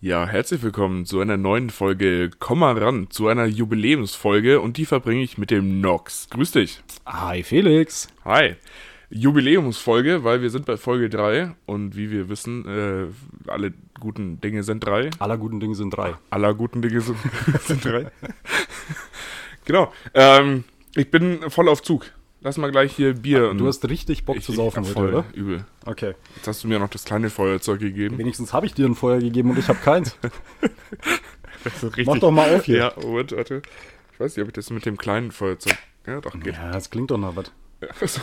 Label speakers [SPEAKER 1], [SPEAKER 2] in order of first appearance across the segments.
[SPEAKER 1] Ja, herzlich willkommen zu einer neuen Folge. Komm mal ran, zu einer Jubiläumsfolge und die verbringe ich mit dem Nox. Grüß dich.
[SPEAKER 2] Hi Felix.
[SPEAKER 1] Hi. Jubiläumsfolge, weil wir sind bei Folge 3 und wie wir wissen, äh, alle guten Dinge sind drei.
[SPEAKER 2] Aller guten Dinge sind drei.
[SPEAKER 1] Aller guten Dinge sind, sind drei. genau. Ähm, ich bin voll auf Zug. Lass mal gleich hier Bier. und
[SPEAKER 2] Du hast richtig Bock zu saufen
[SPEAKER 1] ja,
[SPEAKER 2] heute,
[SPEAKER 1] voll,
[SPEAKER 2] oder?
[SPEAKER 1] Übel.
[SPEAKER 2] Okay.
[SPEAKER 1] Jetzt hast du mir noch das kleine Feuerzeug gegeben.
[SPEAKER 2] Wenigstens habe ich dir ein Feuer gegeben und ich habe keins.
[SPEAKER 1] Das ist richtig.
[SPEAKER 2] Mach doch mal auf hier.
[SPEAKER 1] Ja, Moment, warte. Ich weiß nicht, ob ich das mit dem kleinen Feuerzeug. Ja, doch, geht. Also,
[SPEAKER 2] Ja, das klingt doch nach was.
[SPEAKER 1] Achso.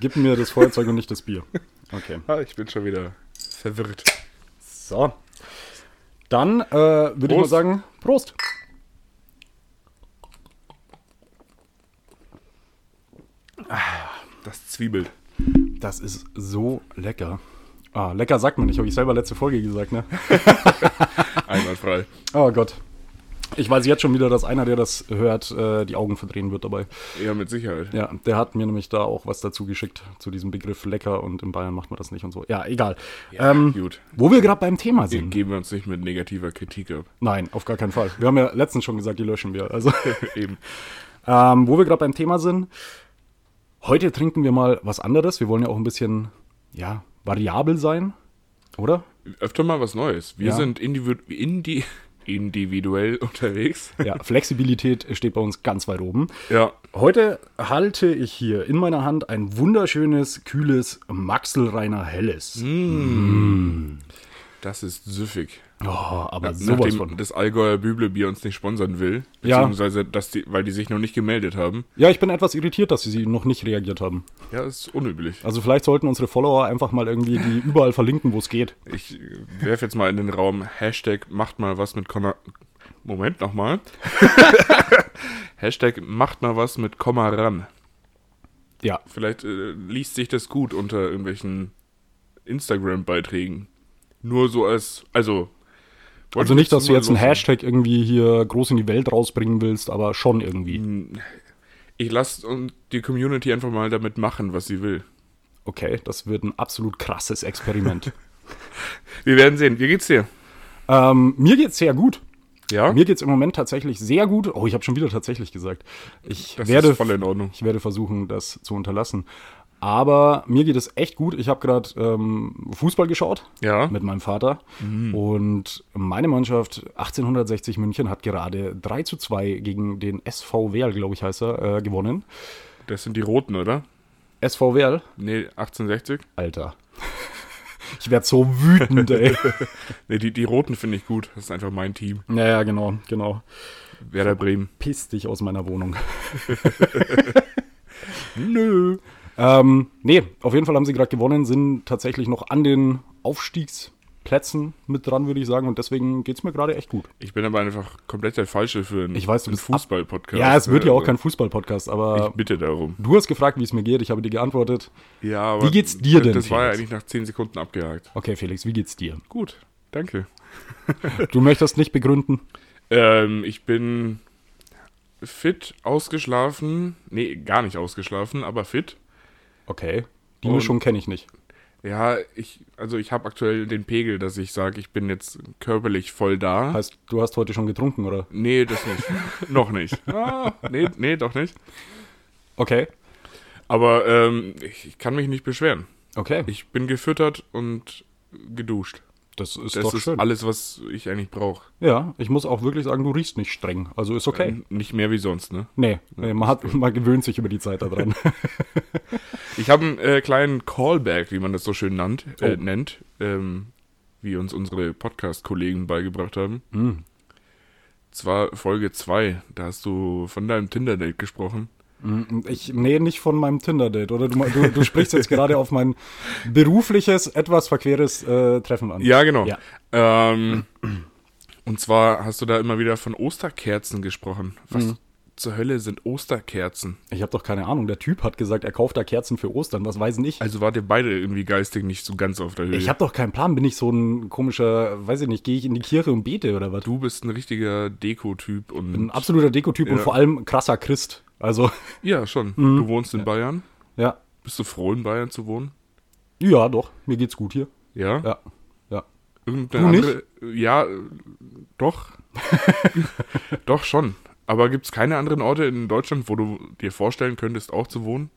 [SPEAKER 2] Gib mir das Feuerzeug und nicht das Bier. Okay.
[SPEAKER 1] Ah, ich bin schon wieder verwirrt.
[SPEAKER 2] So. Dann äh, würde ich mal
[SPEAKER 1] Prost.
[SPEAKER 2] sagen, Prost.
[SPEAKER 1] Das Zwiebel.
[SPEAKER 2] Das ist so lecker. Ah, lecker sagt man nicht, habe ich selber letzte Folge gesagt, ne?
[SPEAKER 1] Einwandfrei.
[SPEAKER 2] Oh Gott. Ich weiß jetzt schon wieder, dass einer, der das hört, äh, die Augen verdrehen wird dabei.
[SPEAKER 1] Ja, mit Sicherheit.
[SPEAKER 2] Ja, der hat mir nämlich da auch was dazu geschickt, zu diesem Begriff lecker und in Bayern macht man das nicht und so. Ja, egal. ähm,
[SPEAKER 1] Gut.
[SPEAKER 2] Wo wir gerade beim Thema sind.
[SPEAKER 1] Geben wir uns nicht mit negativer Kritik ab.
[SPEAKER 2] Nein, auf gar keinen Fall. Wir haben ja letztens schon gesagt, die löschen wir. Also,
[SPEAKER 1] Eben.
[SPEAKER 2] ähm, wo wir gerade beim Thema sind. Heute trinken wir mal was anderes. Wir wollen ja auch ein bisschen, ja, variabel sein, oder?
[SPEAKER 1] Öfter mal was Neues. Wir
[SPEAKER 2] Ja.
[SPEAKER 1] sind individu indi individuell unterwegs.
[SPEAKER 2] Ja, Flexibilität steht bei uns ganz weit oben.
[SPEAKER 1] Ja.
[SPEAKER 2] Heute halte ich hier in meiner Hand ein wunderschönes, kühles Maxelreiner Helles.
[SPEAKER 1] Mhm. Das ist süffig.
[SPEAKER 2] Oh, aber sowas
[SPEAKER 1] Äh, Nachdem
[SPEAKER 2] von.
[SPEAKER 1] das Allgäuer Büblebier uns nicht sponsern will.
[SPEAKER 2] Ja.
[SPEAKER 1] Beziehungsweise, dass die, weil die sich noch nicht gemeldet haben.
[SPEAKER 2] Ja, ich bin etwas irritiert, dass sie noch nicht reagiert haben.
[SPEAKER 1] Ja, ist unüblich.
[SPEAKER 2] Also vielleicht sollten unsere Follower einfach mal irgendwie die überall verlinken, wo es geht.
[SPEAKER 1] Ich werfe jetzt mal in den Raum Hashtag macht mal was mit Komma. Moment nochmal. Hashtag macht mal was mit Komma ran.
[SPEAKER 2] Ja,
[SPEAKER 1] Vielleicht äh, liest sich das gut unter irgendwelchen Instagram-Beiträgen. Nur so als, also.
[SPEAKER 2] also nicht, dass du jetzt einen
[SPEAKER 1] Hashtag
[SPEAKER 2] Hashtag irgendwie hier groß in die Welt rausbringen willst, aber schon irgendwie.
[SPEAKER 1] Mhm. Ich lasse die Community einfach mal damit machen, was sie will.
[SPEAKER 2] Okay, das wird ein absolut krasses Experiment.
[SPEAKER 1] Wir werden sehen. Wie geht's dir?
[SPEAKER 2] ähm, mir geht's sehr gut.
[SPEAKER 1] Ja?
[SPEAKER 2] Mir geht's im Moment tatsächlich sehr gut. Oh, ich habe schon wieder tatsächlich gesagt. Ich
[SPEAKER 1] Das
[SPEAKER 2] werde
[SPEAKER 1] ist voll in Ordnung.
[SPEAKER 2] Ich werde versuchen, das zu unterlassen. Aber mir geht es echt gut. Ich habe gerade ähm, Fußball geschaut
[SPEAKER 1] Ja.
[SPEAKER 2] mit meinem Vater. Mhm. Und meine Mannschaft 1860 München hat gerade 3 zu 2 gegen den SV Werl, glaube ich, heißt er, äh, gewonnen.
[SPEAKER 1] Das sind die Roten, oder?
[SPEAKER 2] SV Werl?
[SPEAKER 1] Nee, 1860?
[SPEAKER 2] Alter. Ich werde so wütend, ey.
[SPEAKER 1] Nee, die, die Roten finde ich gut. Das ist einfach mein Team.
[SPEAKER 2] ja, ja, genau, genau.
[SPEAKER 1] Werder Bremen.
[SPEAKER 2] Piss dich aus meiner Wohnung. Nö. Ähm, nee, auf jeden Fall haben sie gerade gewonnen, sind tatsächlich noch an den Aufstiegsplätzen mit dran, würde ich sagen. Und deswegen geht es mir gerade echt gut.
[SPEAKER 1] Ich bin aber einfach komplett der Falsche für einen,
[SPEAKER 2] Ich weiß, du
[SPEAKER 1] einen
[SPEAKER 2] bist ab-
[SPEAKER 1] Fußball-Podcast.
[SPEAKER 2] Ja, es wird ja auch
[SPEAKER 1] Also,
[SPEAKER 2] kein Fußball-Podcast, aber
[SPEAKER 1] Ich bitte darum.
[SPEAKER 2] du hast gefragt, wie es mir geht. Ich habe dir geantwortet.
[SPEAKER 1] Ja, aber
[SPEAKER 2] Wie geht's dir denn,
[SPEAKER 1] Das war ja
[SPEAKER 2] Felix?
[SPEAKER 1] eigentlich nach 10 Sekunden abgehakt.
[SPEAKER 2] Okay, Felix, wie geht's dir?
[SPEAKER 1] Gut, danke.
[SPEAKER 2] Du möchtest nicht begründen?
[SPEAKER 1] Ähm, ich bin fit, ausgeschlafen. Nee, gar nicht ausgeschlafen, aber fit.
[SPEAKER 2] Okay. Die
[SPEAKER 1] Und-
[SPEAKER 2] Mischung kenne ich nicht.
[SPEAKER 1] Ja, ich, also ich habe aktuell den Pegel, dass ich sage, ich bin jetzt körperlich voll da.
[SPEAKER 2] Heißt, du hast heute schon getrunken, oder?
[SPEAKER 1] Nee, das nicht. Noch nicht. Ah, nee, nee, doch nicht.
[SPEAKER 2] Okay.
[SPEAKER 1] Aber ähm, ich, ich kann mich nicht beschweren.
[SPEAKER 2] Okay.
[SPEAKER 1] Ich bin gefüttert und geduscht.
[SPEAKER 2] das ist
[SPEAKER 1] Das
[SPEAKER 2] doch
[SPEAKER 1] ist
[SPEAKER 2] schön.
[SPEAKER 1] alles, was ich eigentlich brauche.
[SPEAKER 2] ja, ich muss auch wirklich sagen, du riechst nicht streng. Also ist okay.
[SPEAKER 1] Nicht mehr wie sonst, ne?
[SPEAKER 2] Nee, nee man, hat, man gewöhnt sich über die Zeit daran.
[SPEAKER 1] Ich habe einen äh, kleinen Callback, wie man das so schön nannt, äh,
[SPEAKER 2] Oh.
[SPEAKER 1] nennt, ähm, wie uns unsere Podcast-Kollegen beigebracht haben.
[SPEAKER 2] Hm.
[SPEAKER 1] Zwar Folge 2, da hast du von deinem Tinder-Date gesprochen. Mhm.
[SPEAKER 2] Ich, nee, nicht von meinem Tinder-Date, oder? Du, du, du sprichst jetzt gerade auf mein berufliches, etwas verqueres äh, Treffen an.
[SPEAKER 1] Ja, genau.
[SPEAKER 2] Ja.
[SPEAKER 1] Ähm, und zwar hast du da immer wieder von Osterkerzen gesprochen. Was
[SPEAKER 2] Mhm.
[SPEAKER 1] zur Hölle sind Osterkerzen?
[SPEAKER 2] Ich habe doch keine Ahnung. Der Typ hat gesagt, er kauft da Kerzen für Ostern. Was weiß denn ich?
[SPEAKER 1] Also wart ihr beide irgendwie geistig nicht so ganz auf der Höhe.
[SPEAKER 2] Ich habe doch keinen Plan. Bin ich so ein komischer, weiß ich nicht, gehe ich in die Kirche und bete oder was?
[SPEAKER 1] du bist ein richtiger Deko-Typ und.
[SPEAKER 2] Ein absoluter Dekotyp und vor allem krasser Christ. Also,
[SPEAKER 1] Mhm. ja, schon. Du wohnst in Bayern.
[SPEAKER 2] ja.
[SPEAKER 1] Bist du froh, in Bayern zu wohnen?
[SPEAKER 2] Ja, doch. Mir geht's gut hier.
[SPEAKER 1] Ja?
[SPEAKER 2] Ja, ja.
[SPEAKER 1] Irgendeine
[SPEAKER 2] Du
[SPEAKER 1] andere. Ja, äh, doch. doch schon. Aber gibt es keine anderen Orte in Deutschland, wo du dir vorstellen könntest, auch zu wohnen?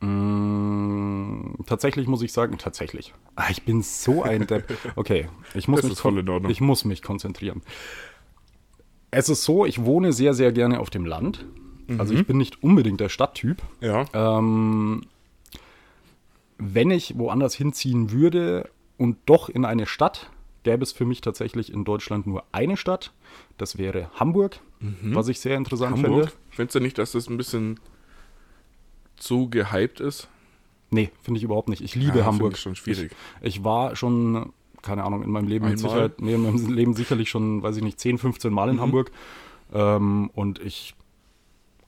[SPEAKER 2] Mm, tatsächlich muss ich sagen, tatsächlich. Ah, ich bin so ein Depp. Okay, ich muss,
[SPEAKER 1] Das
[SPEAKER 2] mich
[SPEAKER 1] ist voll
[SPEAKER 2] kon-
[SPEAKER 1] in Ordnung.
[SPEAKER 2] ich muss mich konzentrieren. Es ist so, ich wohne sehr, sehr gerne auf dem Land. Also
[SPEAKER 1] Mhm.
[SPEAKER 2] ich bin nicht unbedingt der Stadttyp.
[SPEAKER 1] Ja.
[SPEAKER 2] Ähm, wenn ich woanders hinziehen würde und doch in eine Stadt, gäbe es für mich tatsächlich in Deutschland nur eine Stadt. Das wäre Hamburg, was ich sehr interessant
[SPEAKER 1] Hamburg.
[SPEAKER 2] finde.
[SPEAKER 1] Findest du nicht, dass das ein bisschen zu gehypt ist?
[SPEAKER 2] Nee, finde ich überhaupt nicht. Ich liebe
[SPEAKER 1] Ja,
[SPEAKER 2] Hamburg.
[SPEAKER 1] find ich schon schwierig.
[SPEAKER 2] Ich, ich war schon, keine Ahnung, in meinem Leben mit
[SPEAKER 1] Einmal? Mhm.
[SPEAKER 2] Sicherheit, nee, in meinem Leben sicherlich schon, weiß ich nicht, 10, 15 Mal in Hamburg. Ähm, und ich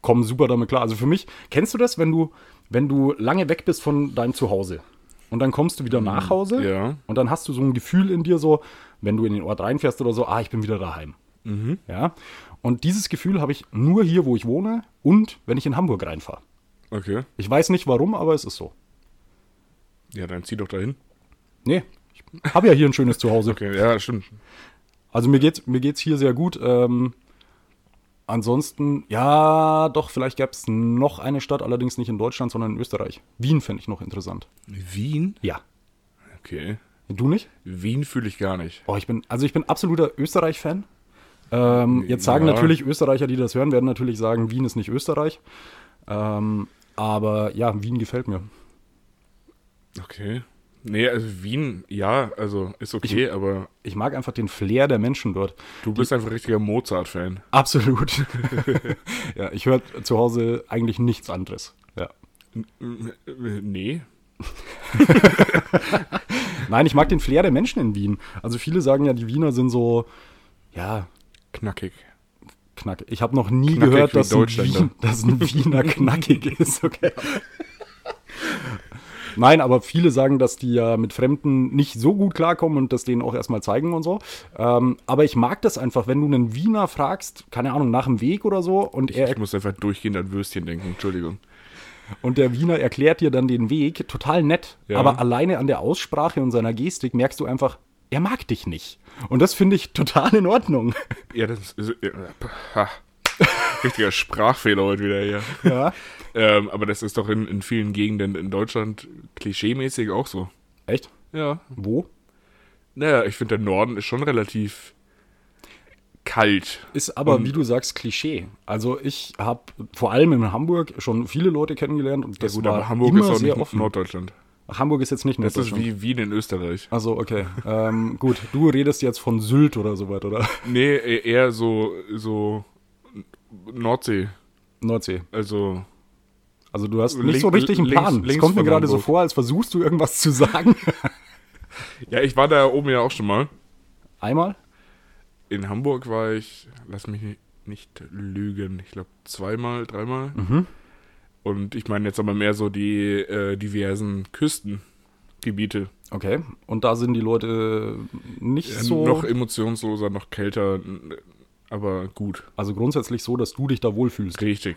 [SPEAKER 2] komme super damit klar. Also für mich, kennst du das, wenn du, wenn du lange weg bist von deinem Zuhause und dann kommst du wieder nach Hause
[SPEAKER 1] Mhm. Ja.
[SPEAKER 2] und dann hast du so ein Gefühl in dir, so, wenn du in den Ort reinfährst oder so, ah, ich bin wieder daheim.
[SPEAKER 1] Mhm.
[SPEAKER 2] Ja. Und dieses Gefühl habe ich nur hier, wo ich wohne und wenn ich in Hamburg reinfahre.
[SPEAKER 1] Okay.
[SPEAKER 2] Ich weiß nicht warum, aber es ist so.
[SPEAKER 1] Ja, dann zieh doch dahin.
[SPEAKER 2] Nee, ich habe ja hier ein schönes Zuhause.
[SPEAKER 1] Okay, ja, stimmt.
[SPEAKER 2] Also mir geht's, mir geht's hier sehr gut. Ähm, ansonsten, ja, doch, vielleicht gäbe es noch eine Stadt, allerdings nicht in Deutschland, sondern in Österreich. Wien fände ich noch interessant.
[SPEAKER 1] Wien?
[SPEAKER 2] Ja.
[SPEAKER 1] Okay.
[SPEAKER 2] Du nicht?
[SPEAKER 1] Wien fühle ich gar nicht.
[SPEAKER 2] Oh, ich bin, also ich bin absoluter Österreich-Fan. Ähm, jetzt sagen
[SPEAKER 1] Ja.
[SPEAKER 2] natürlich Österreicher, die das hören, werden natürlich sagen, Wien ist nicht Österreich. Ähm, aber ja, Wien gefällt mir.
[SPEAKER 1] Okay. Nee, also Wien, ja, also ist okay, aber
[SPEAKER 2] Ich mag einfach den Flair der Menschen dort.
[SPEAKER 1] du bist einfach richtiger Mozart-Fan.
[SPEAKER 2] Absolut. ja, ich höre zu Hause eigentlich nichts anderes. Ja.
[SPEAKER 1] N- äh, Nee.
[SPEAKER 2] Nein, ich mag den Flair der Menschen in Wien. Also viele sagen ja, die Wiener sind so, ja,
[SPEAKER 1] Knackig.
[SPEAKER 2] knackig. Ich habe noch nie
[SPEAKER 1] Knackig
[SPEAKER 2] gehört,
[SPEAKER 1] wie
[SPEAKER 2] dass ein,
[SPEAKER 1] Deutschländer.
[SPEAKER 2] Wien, dass ein Wiener knackig ist. Okay. Nein, aber viele sagen, dass die ja mit Fremden nicht so gut klarkommen und das denen auch erstmal zeigen und so. Ähm, aber ich mag das einfach, wenn du einen Wiener fragst, keine Ahnung, nach dem Weg oder so, und er
[SPEAKER 1] Ich muss einfach durchgehend an Würstchen denken, Entschuldigung.
[SPEAKER 2] Und der Wiener erklärt dir dann den Weg, total nett.
[SPEAKER 1] Ja.
[SPEAKER 2] Aber alleine an der Aussprache und seiner Gestik merkst du einfach, er mag dich nicht. Und das finde ich total in Ordnung.
[SPEAKER 1] Ja, das ist. äh, ha. Richtiger Sprachfehler heute wieder hier.
[SPEAKER 2] Ja.
[SPEAKER 1] Ähm, aber das ist doch in, in vielen Gegenden in Deutschland klischeemäßig auch so.
[SPEAKER 2] Echt?
[SPEAKER 1] Ja.
[SPEAKER 2] Wo?
[SPEAKER 1] Naja, ich finde, der Norden ist schon relativ kalt.
[SPEAKER 2] Ist aber, wie du sagst, Klischee. Also ich habe vor allem in Hamburg schon viele Leute kennengelernt und das
[SPEAKER 1] Gut,
[SPEAKER 2] war
[SPEAKER 1] aber Hamburg
[SPEAKER 2] immer
[SPEAKER 1] ist auch
[SPEAKER 2] sehr
[SPEAKER 1] nicht
[SPEAKER 2] offen.
[SPEAKER 1] Norddeutschland.
[SPEAKER 2] Hamburg ist jetzt nicht
[SPEAKER 1] Das ist
[SPEAKER 2] Norddeutschland.
[SPEAKER 1] wie Wien in Österreich.
[SPEAKER 2] Also okay, ähm, gut. Du redest jetzt von Sylt oder so weit, oder?
[SPEAKER 1] Nee, e- eher so, so Nordsee.
[SPEAKER 2] Nordsee.
[SPEAKER 1] Also,
[SPEAKER 2] Also du hast nicht
[SPEAKER 1] Link-
[SPEAKER 2] so richtig einen
[SPEAKER 1] links-
[SPEAKER 2] Plan. Es
[SPEAKER 1] links
[SPEAKER 2] kommt mir
[SPEAKER 1] von
[SPEAKER 2] gerade so
[SPEAKER 1] Hamburg.
[SPEAKER 2] vor, als versuchst du irgendwas zu sagen.
[SPEAKER 1] ja, ich war da oben ja auch schon mal.
[SPEAKER 2] Einmal?
[SPEAKER 1] In Hamburg war ich, lass mich ni- nicht lügen, ich glaube zweimal, dreimal. Und ich meine jetzt aber mehr so die äh, diversen Küstengebiete.
[SPEAKER 2] Okay, und da sind die Leute nicht
[SPEAKER 1] Ja,
[SPEAKER 2] so.
[SPEAKER 1] Noch emotionsloser, noch kälter, n- aber gut,
[SPEAKER 2] also grundsätzlich so, dass du dich da wohlfühlst.
[SPEAKER 1] richtig.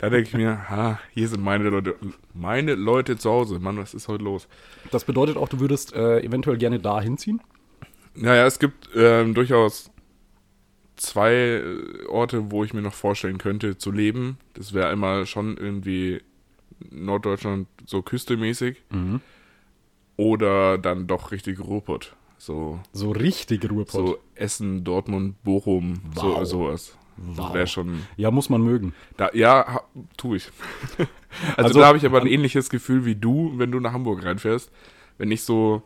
[SPEAKER 1] da denke ich mir, ha, hier sind meine Leute, meine Leute zu Hause. Mann, was ist heute los?
[SPEAKER 2] Das bedeutet auch, du würdest äh, eventuell gerne da hinziehen.
[SPEAKER 1] Naja, es gibt ähm, durchaus zwei äh, Orte, wo ich mir noch vorstellen könnte zu leben. Das wäre einmal schon irgendwie Norddeutschland so küstemäßig
[SPEAKER 2] Mhm.
[SPEAKER 1] oder dann doch richtig Ruhrpott. So,
[SPEAKER 2] So richtig Ruhrpott.
[SPEAKER 1] so Essen, Dortmund, Bochum, so,
[SPEAKER 2] Wow.
[SPEAKER 1] sowas.
[SPEAKER 2] Wow.
[SPEAKER 1] Das wäre schon.
[SPEAKER 2] Ja, muss man mögen.
[SPEAKER 1] Da, ja, ha, tu ich. also,
[SPEAKER 2] Also-
[SPEAKER 1] da habe ich aber ein ähnliches Gefühl wie du, wenn du nach Hamburg reinfährst. Wenn ich so,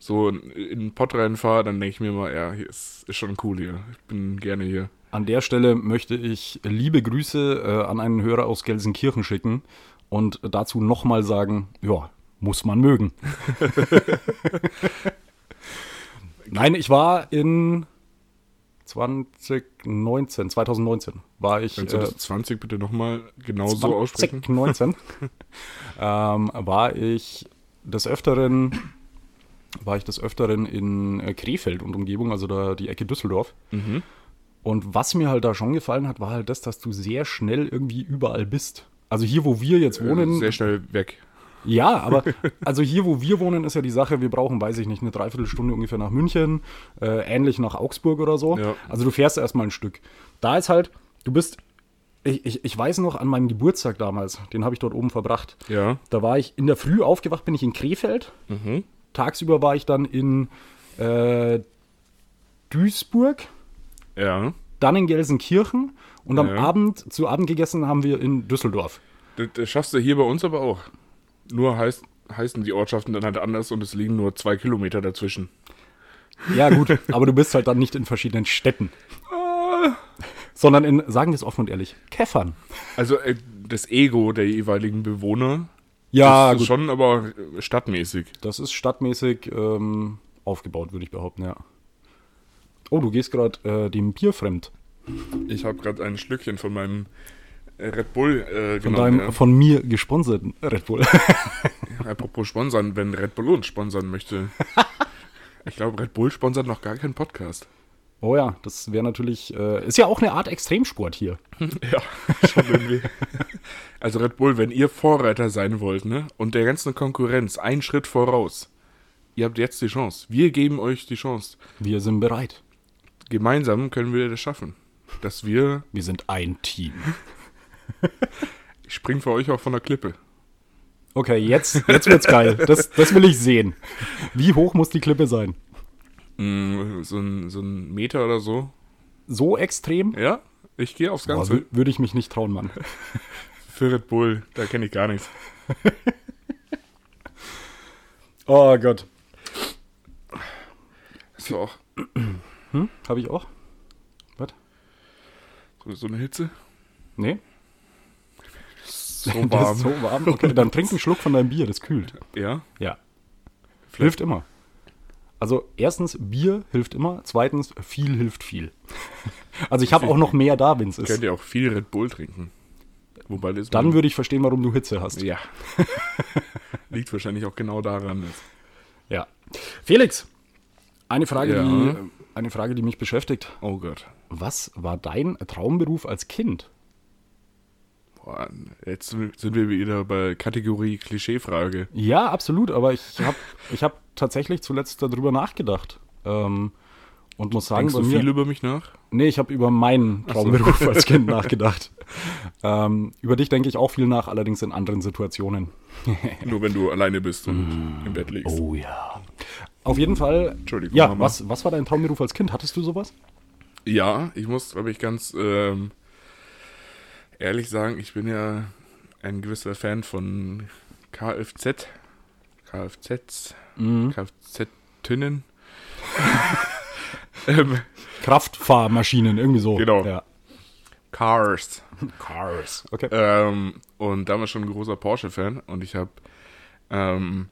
[SPEAKER 1] so in den Pott reinfahre, dann denke ich mir mal, ja, hier ist, ist schon cool hier. Ich bin gerne hier.
[SPEAKER 2] An der Stelle möchte ich liebe Grüße äh, an einen Hörer aus Gelsenkirchen schicken und dazu nochmal sagen, ja, muss man mögen. Nein, ich war in 2019, 2019 war ich
[SPEAKER 1] Kannst du
[SPEAKER 2] äh,
[SPEAKER 1] das 20 bitte nochmal genau so
[SPEAKER 2] 20,
[SPEAKER 1] aussprechen?
[SPEAKER 2] 19 ähm, war ich des Öfteren war ich des Öfteren in äh, Krefeld und Umgebung, also da die Ecke Düsseldorf. Und was mir halt da schon gefallen hat, war halt das, dass du sehr schnell irgendwie überall bist. Also hier, wo wir jetzt
[SPEAKER 1] Äh,
[SPEAKER 2] wohnen,
[SPEAKER 1] Sehr schnell weg.
[SPEAKER 2] Ja, aber also hier, wo wir wohnen, ist ja die Sache, wir brauchen, weiß ich nicht, eine Dreiviertelstunde ungefähr nach München, äh, ähnlich nach Augsburg oder so.
[SPEAKER 1] Ja.
[SPEAKER 2] Also du fährst erstmal ein Stück. Da ist halt, du bist, ich, ich, ich weiß noch, an meinem Geburtstag damals, den habe ich dort oben verbracht.
[SPEAKER 1] Ja.
[SPEAKER 2] Da war ich in der Früh aufgewacht, bin ich in Krefeld.
[SPEAKER 1] Mhm.
[SPEAKER 2] Tagsüber war ich dann in äh, Duisburg,
[SPEAKER 1] Ja.
[SPEAKER 2] dann in Gelsenkirchen und am
[SPEAKER 1] Ja.
[SPEAKER 2] Abend, zu Abend gegessen haben wir in Düsseldorf.
[SPEAKER 1] Das, das schaffst du hier bei uns aber auch. Nur heißt, heißen die Ortschaften dann halt anders und es liegen nur zwei Kilometer dazwischen.
[SPEAKER 2] Ja, gut, aber du bist halt dann nicht in verschiedenen Städten. Sondern in, sagen wir es offen und ehrlich, Käffern.
[SPEAKER 1] Also äh, das Ego der jeweiligen Bewohner
[SPEAKER 2] Ja,
[SPEAKER 1] ist
[SPEAKER 2] gut.
[SPEAKER 1] schon aber äh, stadtmäßig.
[SPEAKER 2] Das ist stadtmäßig ähm, aufgebaut, würde ich behaupten, ja. Oh, du gehst gerade äh, dem Bier fremd.
[SPEAKER 1] Ich habe gerade ein Schlückchen von meinem äh, Red Bull äh,
[SPEAKER 2] Von
[SPEAKER 1] genommen.
[SPEAKER 2] deinem von mir gesponserten Red Bull.
[SPEAKER 1] ja. Apropos sponsern, wenn Red Bull uns sponsern möchte. ich glaube, Red Bull sponsert noch gar keinen Podcast.
[SPEAKER 2] oh ja, das wäre natürlich. Äh, ist ja auch eine Art Extremsport hier.
[SPEAKER 1] Ja, schon irgendwie. Also Red Bull, wenn ihr Vorreiter sein wollt, ne? Und der ganzen Konkurrenz einen Schritt voraus. Ihr habt jetzt die Chance. Wir geben euch die Chance.
[SPEAKER 2] Wir sind bereit.
[SPEAKER 1] Gemeinsam können wir das schaffen. Dass wir.
[SPEAKER 2] Wir sind ein Team.
[SPEAKER 1] Ich spring für euch auch von der Klippe.
[SPEAKER 2] Okay, jetzt, jetzt wird's geil. Das, das will ich sehen. Wie hoch muss die Klippe sein?
[SPEAKER 1] Mm, So ein, so ein Meter oder so.
[SPEAKER 2] So extrem?
[SPEAKER 1] Ja, ich gehe aufs
[SPEAKER 2] Boah,
[SPEAKER 1] Ganze.
[SPEAKER 2] wür- Würde ich mich nicht trauen, Mann.
[SPEAKER 1] für Red Bull, da kenne ich gar nichts.
[SPEAKER 2] Oh Gott.
[SPEAKER 1] Ist auch
[SPEAKER 2] Habe ich auch? Was?
[SPEAKER 1] so, so eine Hitze.
[SPEAKER 2] Nee?
[SPEAKER 1] So
[SPEAKER 2] Das
[SPEAKER 1] warm.
[SPEAKER 2] ist so warm. Okay, dann trink einen Schluck von deinem Bier, das kühlt.
[SPEAKER 1] Ja.
[SPEAKER 2] Ja. Hilft immer. Also erstens, Bier hilft immer. Zweitens, viel hilft viel. Also ich habe auch noch mehr da, wenn es
[SPEAKER 1] Könnt
[SPEAKER 2] ist.
[SPEAKER 1] ihr auch viel Red Bull trinken. Wobei das
[SPEAKER 2] Dann würde ich verstehen, warum du Hitze hast.
[SPEAKER 1] Ja. Liegt wahrscheinlich auch genau daran. Dass
[SPEAKER 2] Ja. Felix, eine Frage,
[SPEAKER 1] Ja.
[SPEAKER 2] die, eine Frage, die mich beschäftigt.
[SPEAKER 1] oh Gott.
[SPEAKER 2] Was war dein Traumberuf als Kind?
[SPEAKER 1] Boah, jetzt sind wir wieder bei Kategorie Klischeefrage.
[SPEAKER 2] Ja, absolut, aber ich habe ich hab tatsächlich zuletzt darüber nachgedacht. Ähm, und muss sagen,
[SPEAKER 1] Denkst du
[SPEAKER 2] bei mir-
[SPEAKER 1] viel über mich nach?
[SPEAKER 2] Nee, ich habe über meinen Traumberuf als Kind nachgedacht. Ähm, über dich denke ich auch viel nach, allerdings in anderen Situationen.
[SPEAKER 1] Nur wenn du alleine bist und im Bett liegst.
[SPEAKER 2] Oh ja. Auf jeden Fall.
[SPEAKER 1] Entschuldigung,
[SPEAKER 2] Ja,
[SPEAKER 1] Mama.
[SPEAKER 2] was, was war dein Traumberuf als Kind? Hattest du sowas?
[SPEAKER 1] Ja, ich muss, glaube ich, ganz ähm, ehrlich sagen, ich bin ja ein gewisser Fan von Kfz, Kfz, Kfz-Tünnen. ähm,
[SPEAKER 2] Kraftfahrmaschinen, irgendwie so.
[SPEAKER 1] Genau.
[SPEAKER 2] Ja.
[SPEAKER 1] Cars.
[SPEAKER 2] Cars. Okay.
[SPEAKER 1] Ähm, und damals schon ein großer Porsche-Fan und ich habe ähm,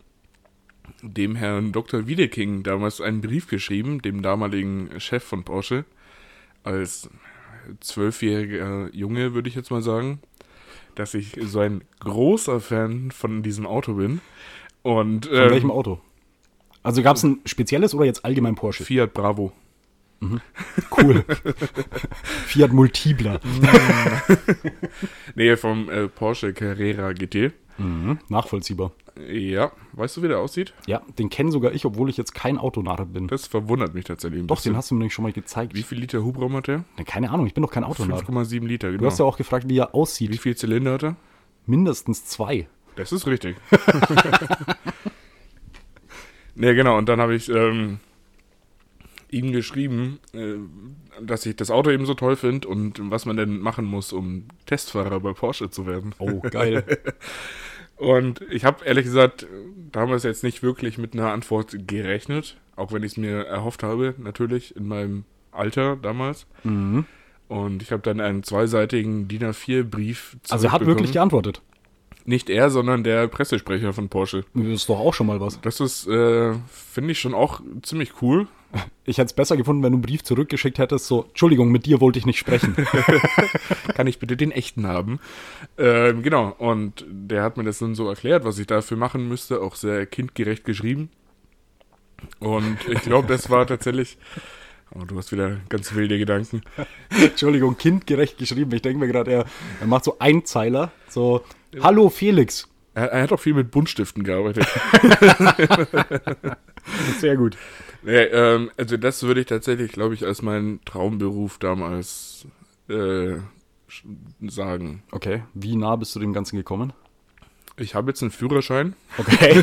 [SPEAKER 1] dem Herrn Dr. Wiedeking damals einen Brief geschrieben, dem damaligen Chef von Porsche, als zwölfjähriger Junge, würde ich jetzt mal sagen, dass ich so ein großer Fan von diesem Auto bin. Und
[SPEAKER 2] In
[SPEAKER 1] ähm,
[SPEAKER 2] welchem Auto? Also gab es ein spezielles oder jetzt allgemein Porsche?
[SPEAKER 1] Fiat Bravo.
[SPEAKER 2] Cool. Fiat Multipler.
[SPEAKER 1] Mhm. Nee, vom äh, Porsche Carrera GT.
[SPEAKER 2] Nachvollziehbar.
[SPEAKER 1] Ja, weißt du, wie der aussieht?
[SPEAKER 2] Ja, den kenne sogar ich, obwohl ich jetzt kein Autonarre bin.
[SPEAKER 1] Das verwundert mich tatsächlich ein
[SPEAKER 2] Doch,
[SPEAKER 1] bisschen.
[SPEAKER 2] den hast du mir nämlich schon mal gezeigt.
[SPEAKER 1] Wie viel Liter Hubraum hat der?
[SPEAKER 2] Na, Keine Ahnung, ich bin doch kein Autonarre.
[SPEAKER 1] 5,7 Liter, genau.
[SPEAKER 2] Du hast ja auch gefragt, wie er aussieht.
[SPEAKER 1] Wie viel Zylinder hat er?
[SPEAKER 2] Mindestens zwei.
[SPEAKER 1] Das ist richtig. ne, genau. Und dann habe ich ähm, ihm geschrieben, äh, dass ich das Auto eben so toll finde und was man denn machen muss, um Testfahrer bei Porsche zu werden.
[SPEAKER 2] Oh, geil.
[SPEAKER 1] Und ich habe ehrlich gesagt damals jetzt nicht wirklich mit einer Antwort gerechnet, auch wenn ich es mir erhofft habe, natürlich in meinem Alter damals. Mhm. Und ich habe dann einen zweiseitigen DIN A4-Brief
[SPEAKER 2] Also er hat wirklich geantwortet.
[SPEAKER 1] Nicht er, sondern der Pressesprecher von Porsche.
[SPEAKER 2] Das ist doch auch schon mal was.
[SPEAKER 1] Das ist, äh, finde ich schon auch ziemlich cool.
[SPEAKER 2] Ich hätte es besser gefunden, wenn du einen Brief zurückgeschickt hättest, so, Entschuldigung, mit dir wollte ich nicht sprechen.
[SPEAKER 1] Kann ich bitte den echten haben? Ähm, genau, und der hat mir das dann so erklärt, was ich dafür machen müsste, auch sehr kindgerecht geschrieben. Und ich glaube, das war tatsächlich. Oh, du hast wieder ganz wilde Gedanken.
[SPEAKER 2] Entschuldigung, kindgerecht geschrieben. Ich denke mir gerade, er, er macht so Einzeiler, so, Hallo Felix,
[SPEAKER 1] Er, er hat auch viel mit Buntstiften gearbeitet.
[SPEAKER 2] Sehr gut.
[SPEAKER 1] Nee, ähm, also das würde ich tatsächlich, glaube ich, als meinen Traumberuf damals äh, sch- sagen.
[SPEAKER 2] Okay, wie nah bist du dem Ganzen gekommen?
[SPEAKER 1] Ich habe jetzt einen Führerschein,
[SPEAKER 2] Okay.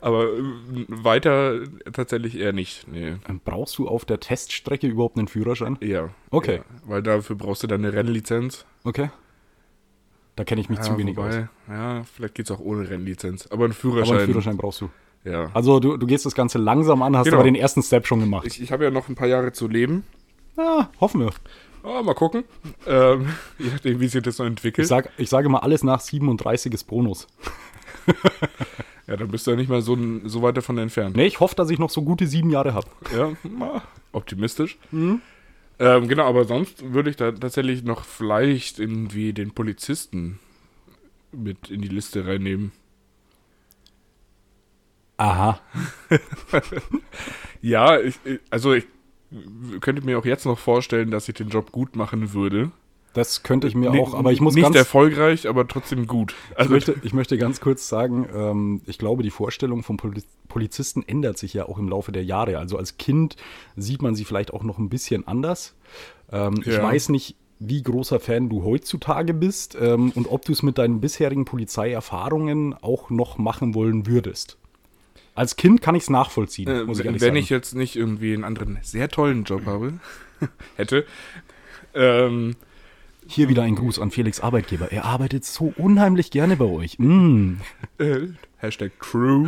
[SPEAKER 1] aber ähm, weiter tatsächlich eher nicht. Nee.
[SPEAKER 2] Ähm, Brauchst du auf der Teststrecke überhaupt einen Führerschein?
[SPEAKER 1] Ja.
[SPEAKER 2] Okay.
[SPEAKER 1] Ja, weil dafür brauchst du dann eine Rennlizenz.
[SPEAKER 2] Okay. Da kenne ich mich
[SPEAKER 1] Ja,
[SPEAKER 2] zu wenig aus.
[SPEAKER 1] wobei, Ja, vielleicht geht's auch ohne Rennlizenz. Aber ein Führerschein.
[SPEAKER 2] Aber einen Führerschein brauchst du.
[SPEAKER 1] Ja.
[SPEAKER 2] Also du, du gehst das Ganze langsam an, hast
[SPEAKER 1] Genau.
[SPEAKER 2] aber den ersten Step schon gemacht.
[SPEAKER 1] Ich, ich habe ja noch ein paar Jahre zu leben.
[SPEAKER 2] ja, hoffen wir.
[SPEAKER 1] Ah, mal gucken. Ähm, je nachdem, wie sich das so entwickelt.
[SPEAKER 2] Ich, sag, ich sage mal, alles nach 37 ist Bonus.
[SPEAKER 1] ja, dann bist du ja nicht mal so, n- so weit davon entfernt.
[SPEAKER 2] Nee, ich hoffe, dass ich noch so gute sieben Jahre habe.
[SPEAKER 1] Ja, ma, optimistisch.
[SPEAKER 2] Mhm.
[SPEAKER 1] Ähm, genau, aber sonst würde ich da tatsächlich noch vielleicht irgendwie den Polizisten mit in die Liste reinnehmen.
[SPEAKER 2] Aha.
[SPEAKER 1] Ja, ich, ich- also ich könnte mir auch jetzt noch vorstellen, dass ich den Job gut machen würde.
[SPEAKER 2] Das könnte ich mir
[SPEAKER 1] Ni-
[SPEAKER 2] auch, aber ich muss
[SPEAKER 1] nicht
[SPEAKER 2] ganz...
[SPEAKER 1] erfolgreich, aber trotzdem gut.
[SPEAKER 2] ich,
[SPEAKER 1] Also
[SPEAKER 2] möchte, ich möchte ganz kurz sagen, ähm, ich glaube, die Vorstellung von Poli Polizisten ändert sich ja auch im Laufe der Jahre. Also als Kind sieht man sie vielleicht auch noch ein bisschen anders. Ähm, Ich
[SPEAKER 1] Ja.
[SPEAKER 2] weiß nicht, wie großer Fan du heutzutage bist ähm, und ob du es mit deinen bisherigen Polizeierfahrungen auch noch machen wollen würdest. Als Kind kann ich es nachvollziehen,
[SPEAKER 1] Äh,
[SPEAKER 2] muss ich
[SPEAKER 1] wenn
[SPEAKER 2] ehrlich sagen.
[SPEAKER 1] ich jetzt nicht irgendwie einen anderen sehr tollen Job habe, hätte, ähm,
[SPEAKER 2] Hier wieder ein Gruß an Felix Arbeitgeber. Er arbeitet so unheimlich gerne bei euch. Mm.
[SPEAKER 1] äh, Hashtag Crew.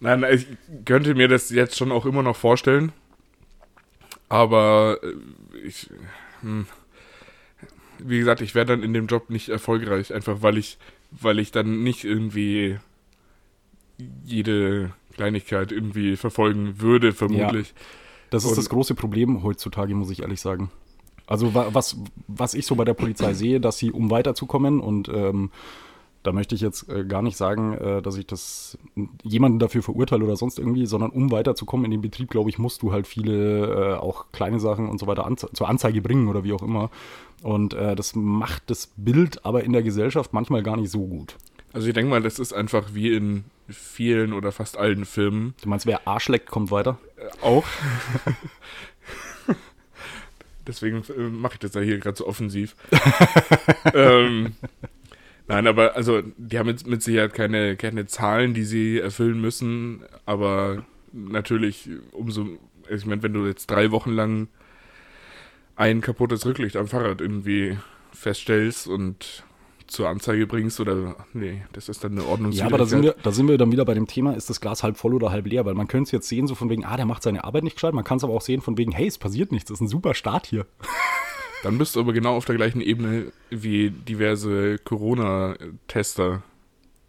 [SPEAKER 1] Nein, ich könnte mir das jetzt schon auch immer noch vorstellen. Aber äh, ich, hm, wie gesagt, ich wäre dann in dem Job nicht erfolgreich, einfach weil ich, weil ich dann nicht irgendwie jede Kleinigkeit irgendwie verfolgen würde, vermutlich.
[SPEAKER 2] Das ist
[SPEAKER 1] Und-
[SPEAKER 2] das große Problem heutzutage, muss ich ehrlich sagen. Also wa- was, was ich so bei der Polizei sehe, dass sie, um weiterzukommen, und ähm, da möchte ich jetzt äh, gar nicht sagen, äh, dass ich das jemanden dafür verurteile oder sonst irgendwie, sondern um weiterzukommen in dem Betrieb, glaube ich, musst du halt viele äh, auch kleine Sachen und so weiter anze zur Anzeige bringen oder wie auch immer. Und äh, das macht das Bild aber in der Gesellschaft manchmal gar nicht so gut.
[SPEAKER 1] Also ich denke mal, das ist einfach wie in vielen oder fast allen Filmen
[SPEAKER 2] Du meinst, wer Arsch leckt, kommt weiter?
[SPEAKER 1] äh, auch. Deswegen äh, mache ich das ja hier gerade so offensiv. ähm, nein, aber also die haben jetzt mit Sicherheit keine, keine Zahlen, die sie erfüllen müssen, aber natürlich umso, ich meine, wenn du jetzt drei Wochen lang ein kaputtes Rücklicht am Fahrrad irgendwie feststellst und zur Anzeige bringst oder nee, das ist dann eine
[SPEAKER 2] Ja,
[SPEAKER 1] Ordnungswidrigkeit.
[SPEAKER 2] aber da sind, wir, da sind wir dann wieder bei dem Thema, ist das Glas halb voll oder halb leer? Weil man könnte es jetzt sehen, so von wegen, ah, der macht seine Arbeit nicht gescheit. Man kann es aber auch sehen, von wegen, hey, es passiert nichts, das ist ein super Start hier.
[SPEAKER 1] Dann bist du aber genau auf der gleichen Ebene wie diverse Corona-Tester,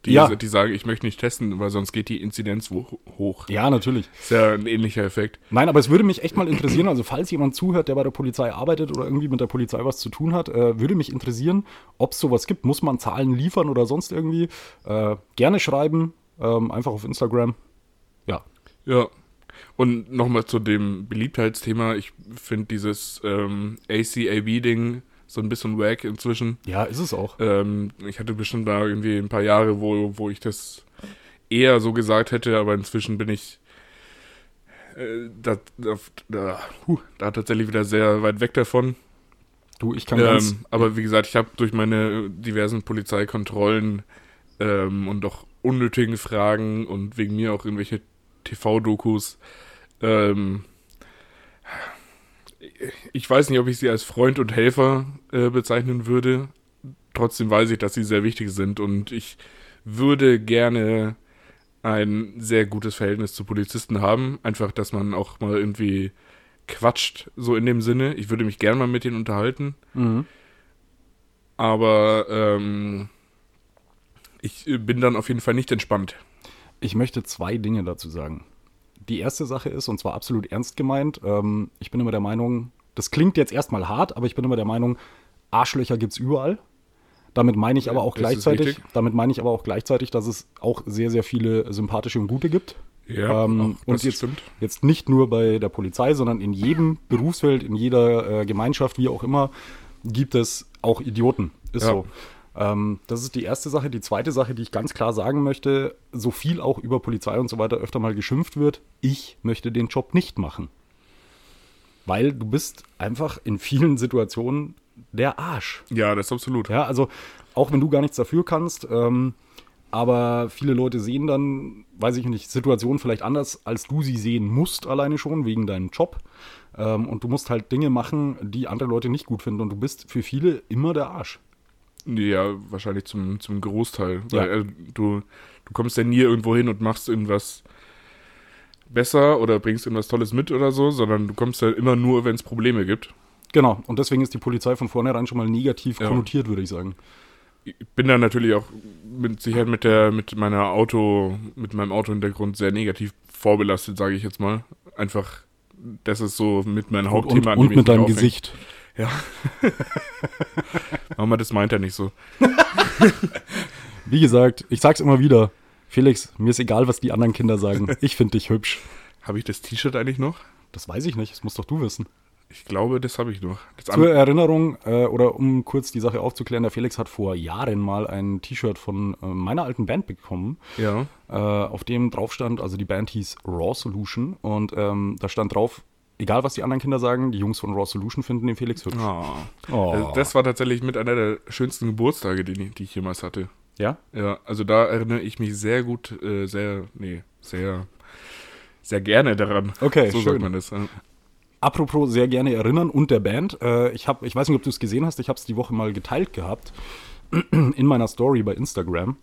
[SPEAKER 1] die,
[SPEAKER 2] Ja.
[SPEAKER 1] die sagen, ich möchte nicht testen, weil sonst geht die Inzidenz wo- hoch.
[SPEAKER 2] Ja, natürlich.
[SPEAKER 1] Ist ja ein ähnlicher Effekt.
[SPEAKER 2] Nein, aber es würde mich echt mal interessieren, also falls jemand zuhört, der bei der Polizei arbeitet oder irgendwie mit der Polizei was zu tun hat, äh, würde mich interessieren, ob es sowas gibt. Muss man Zahlen liefern oder sonst irgendwie? Äh, gerne schreiben, ähm, einfach auf Instagram. Ja,
[SPEAKER 1] Ja. Und nochmal zu dem Beliebtheitsthema. Ich finde dieses ähm, ACAB-Ding so ein bisschen wack inzwischen.
[SPEAKER 2] ja, ist es auch.
[SPEAKER 1] Ähm, ich hatte bestimmt mal irgendwie ein paar Jahre, wo, wo ich das eher so gesagt hätte, aber inzwischen bin ich äh, da, da, da, huh, da tatsächlich wieder sehr weit weg davon.
[SPEAKER 2] Du, ich kann ganz,
[SPEAKER 1] Ähm, aber wie gesagt, ich habe durch meine äh, diversen Polizeikontrollen ähm, und auch unnötigen Fragen und wegen mir auch irgendwelche TV-Dokus. Ähm, ich weiß nicht, ob ich sie als Freund und Helfer äh, bezeichnen würde. Trotzdem weiß ich, dass sie sehr wichtig sind und ich würde gerne ein sehr gutes Verhältnis zu Polizisten haben. Einfach, dass man auch mal irgendwie quatscht, so in dem Sinne. Ich würde mich gerne mal mit denen unterhalten.
[SPEAKER 2] Mhm.
[SPEAKER 1] Aber ähm, ich bin dann auf jeden Fall nicht entspannt.
[SPEAKER 2] Ich möchte zwei Dinge dazu sagen. Die erste Sache ist, und zwar absolut ernst gemeint, ähm, ich bin immer der Meinung, das klingt jetzt erstmal hart, aber ich bin immer der Meinung, Arschlöcher gibt's überall. Damit meine ich aber auch
[SPEAKER 1] das ist
[SPEAKER 2] gleichzeitig,
[SPEAKER 1] richtig.
[SPEAKER 2] damit meine ich aber auch gleichzeitig, dass es auch sehr, sehr viele sympathische und gute gibt. ähm,
[SPEAKER 1] auch
[SPEAKER 2] und
[SPEAKER 1] das
[SPEAKER 2] jetzt,
[SPEAKER 1] stimmt.
[SPEAKER 2] jetzt nicht nur bei der Polizei, sondern in jedem Berufsfeld, in jeder äh, Gemeinschaft, wie auch immer, gibt es auch Idioten. Ist
[SPEAKER 1] Ja.
[SPEAKER 2] so. Ähm, das ist die erste Sache. Die zweite Sache, die ich ganz klar sagen möchte, so viel auch über Polizei und so weiter öfter mal geschimpft wird, ich möchte den Job nicht machen. Weil du bist einfach in vielen Situationen der Arsch.
[SPEAKER 1] Ja, das ist absolut.
[SPEAKER 2] Ja, also auch wenn du gar nichts dafür kannst, ähm, aber viele Leute sehen dann, weiß ich nicht, Situationen vielleicht anders, als du sie sehen musst, alleine schon, wegen deinem Job. Ähm, und du musst halt Dinge machen, die andere Leute nicht gut finden. Und du bist für viele immer der Arsch.
[SPEAKER 1] Ja, wahrscheinlich zum, zum Großteil.
[SPEAKER 2] Ja.
[SPEAKER 1] Weil äh, du, du kommst ja nie irgendwo hin und machst irgendwas besser oder bringst irgendwas Tolles mit oder so, sondern du kommst ja immer nur, wenn es Probleme gibt.
[SPEAKER 2] Genau. Und deswegen ist die Polizei von vornherein schon mal negativ
[SPEAKER 1] Ja.
[SPEAKER 2] konnotiert, würde ich sagen.
[SPEAKER 1] Ich bin da natürlich auch mit Sicherheit mit der, mit meiner Auto, mit meinem Auto-Hintergrund sehr negativ vorbelastet, sage ich jetzt mal. Einfach, das ist so mit meinem Hauptthema. an
[SPEAKER 2] und,
[SPEAKER 1] dem
[SPEAKER 2] und
[SPEAKER 1] ich
[SPEAKER 2] mit
[SPEAKER 1] mich
[SPEAKER 2] deinem
[SPEAKER 1] aufhäng.
[SPEAKER 2] Gesicht.
[SPEAKER 1] Mama, das meint er nicht so.
[SPEAKER 2] Wie gesagt, ich sag's immer wieder. Felix, mir ist egal, was die anderen Kinder sagen. Ich finde dich hübsch.
[SPEAKER 1] Habe ich das T-Shirt eigentlich noch?
[SPEAKER 2] Das weiß ich nicht, das musst doch du wissen.
[SPEAKER 1] Ich glaube, das habe ich noch. Das
[SPEAKER 2] Zur
[SPEAKER 1] andere,
[SPEAKER 2] Erinnerung, äh, oder um kurz die Sache aufzuklären, der Felix hat vor Jahren mal ein T-Shirt von äh, meiner alten Band bekommen,
[SPEAKER 1] ja.
[SPEAKER 2] äh, auf dem drauf stand, also die Band hieß Raw Solution und ähm, da stand drauf, egal was die anderen Kinder sagen, die Jungs von Raw Solution finden den Felix hübsch. Oh.
[SPEAKER 1] Also das war tatsächlich mit einer der schönsten Geburtstage, die, die ich jemals hatte.
[SPEAKER 2] ja?
[SPEAKER 1] Ja, also da erinnere ich mich sehr gut, äh, sehr, nee, sehr, sehr gerne daran.
[SPEAKER 2] Okay,
[SPEAKER 1] so
[SPEAKER 2] schön.
[SPEAKER 1] sagt man das. ja.
[SPEAKER 2] Apropos sehr gerne erinnern und der Band. Äh, ich, hab, ich weiß nicht, ob du es gesehen hast, ich habe es die Woche mal geteilt gehabt in meiner Story bei Instagram.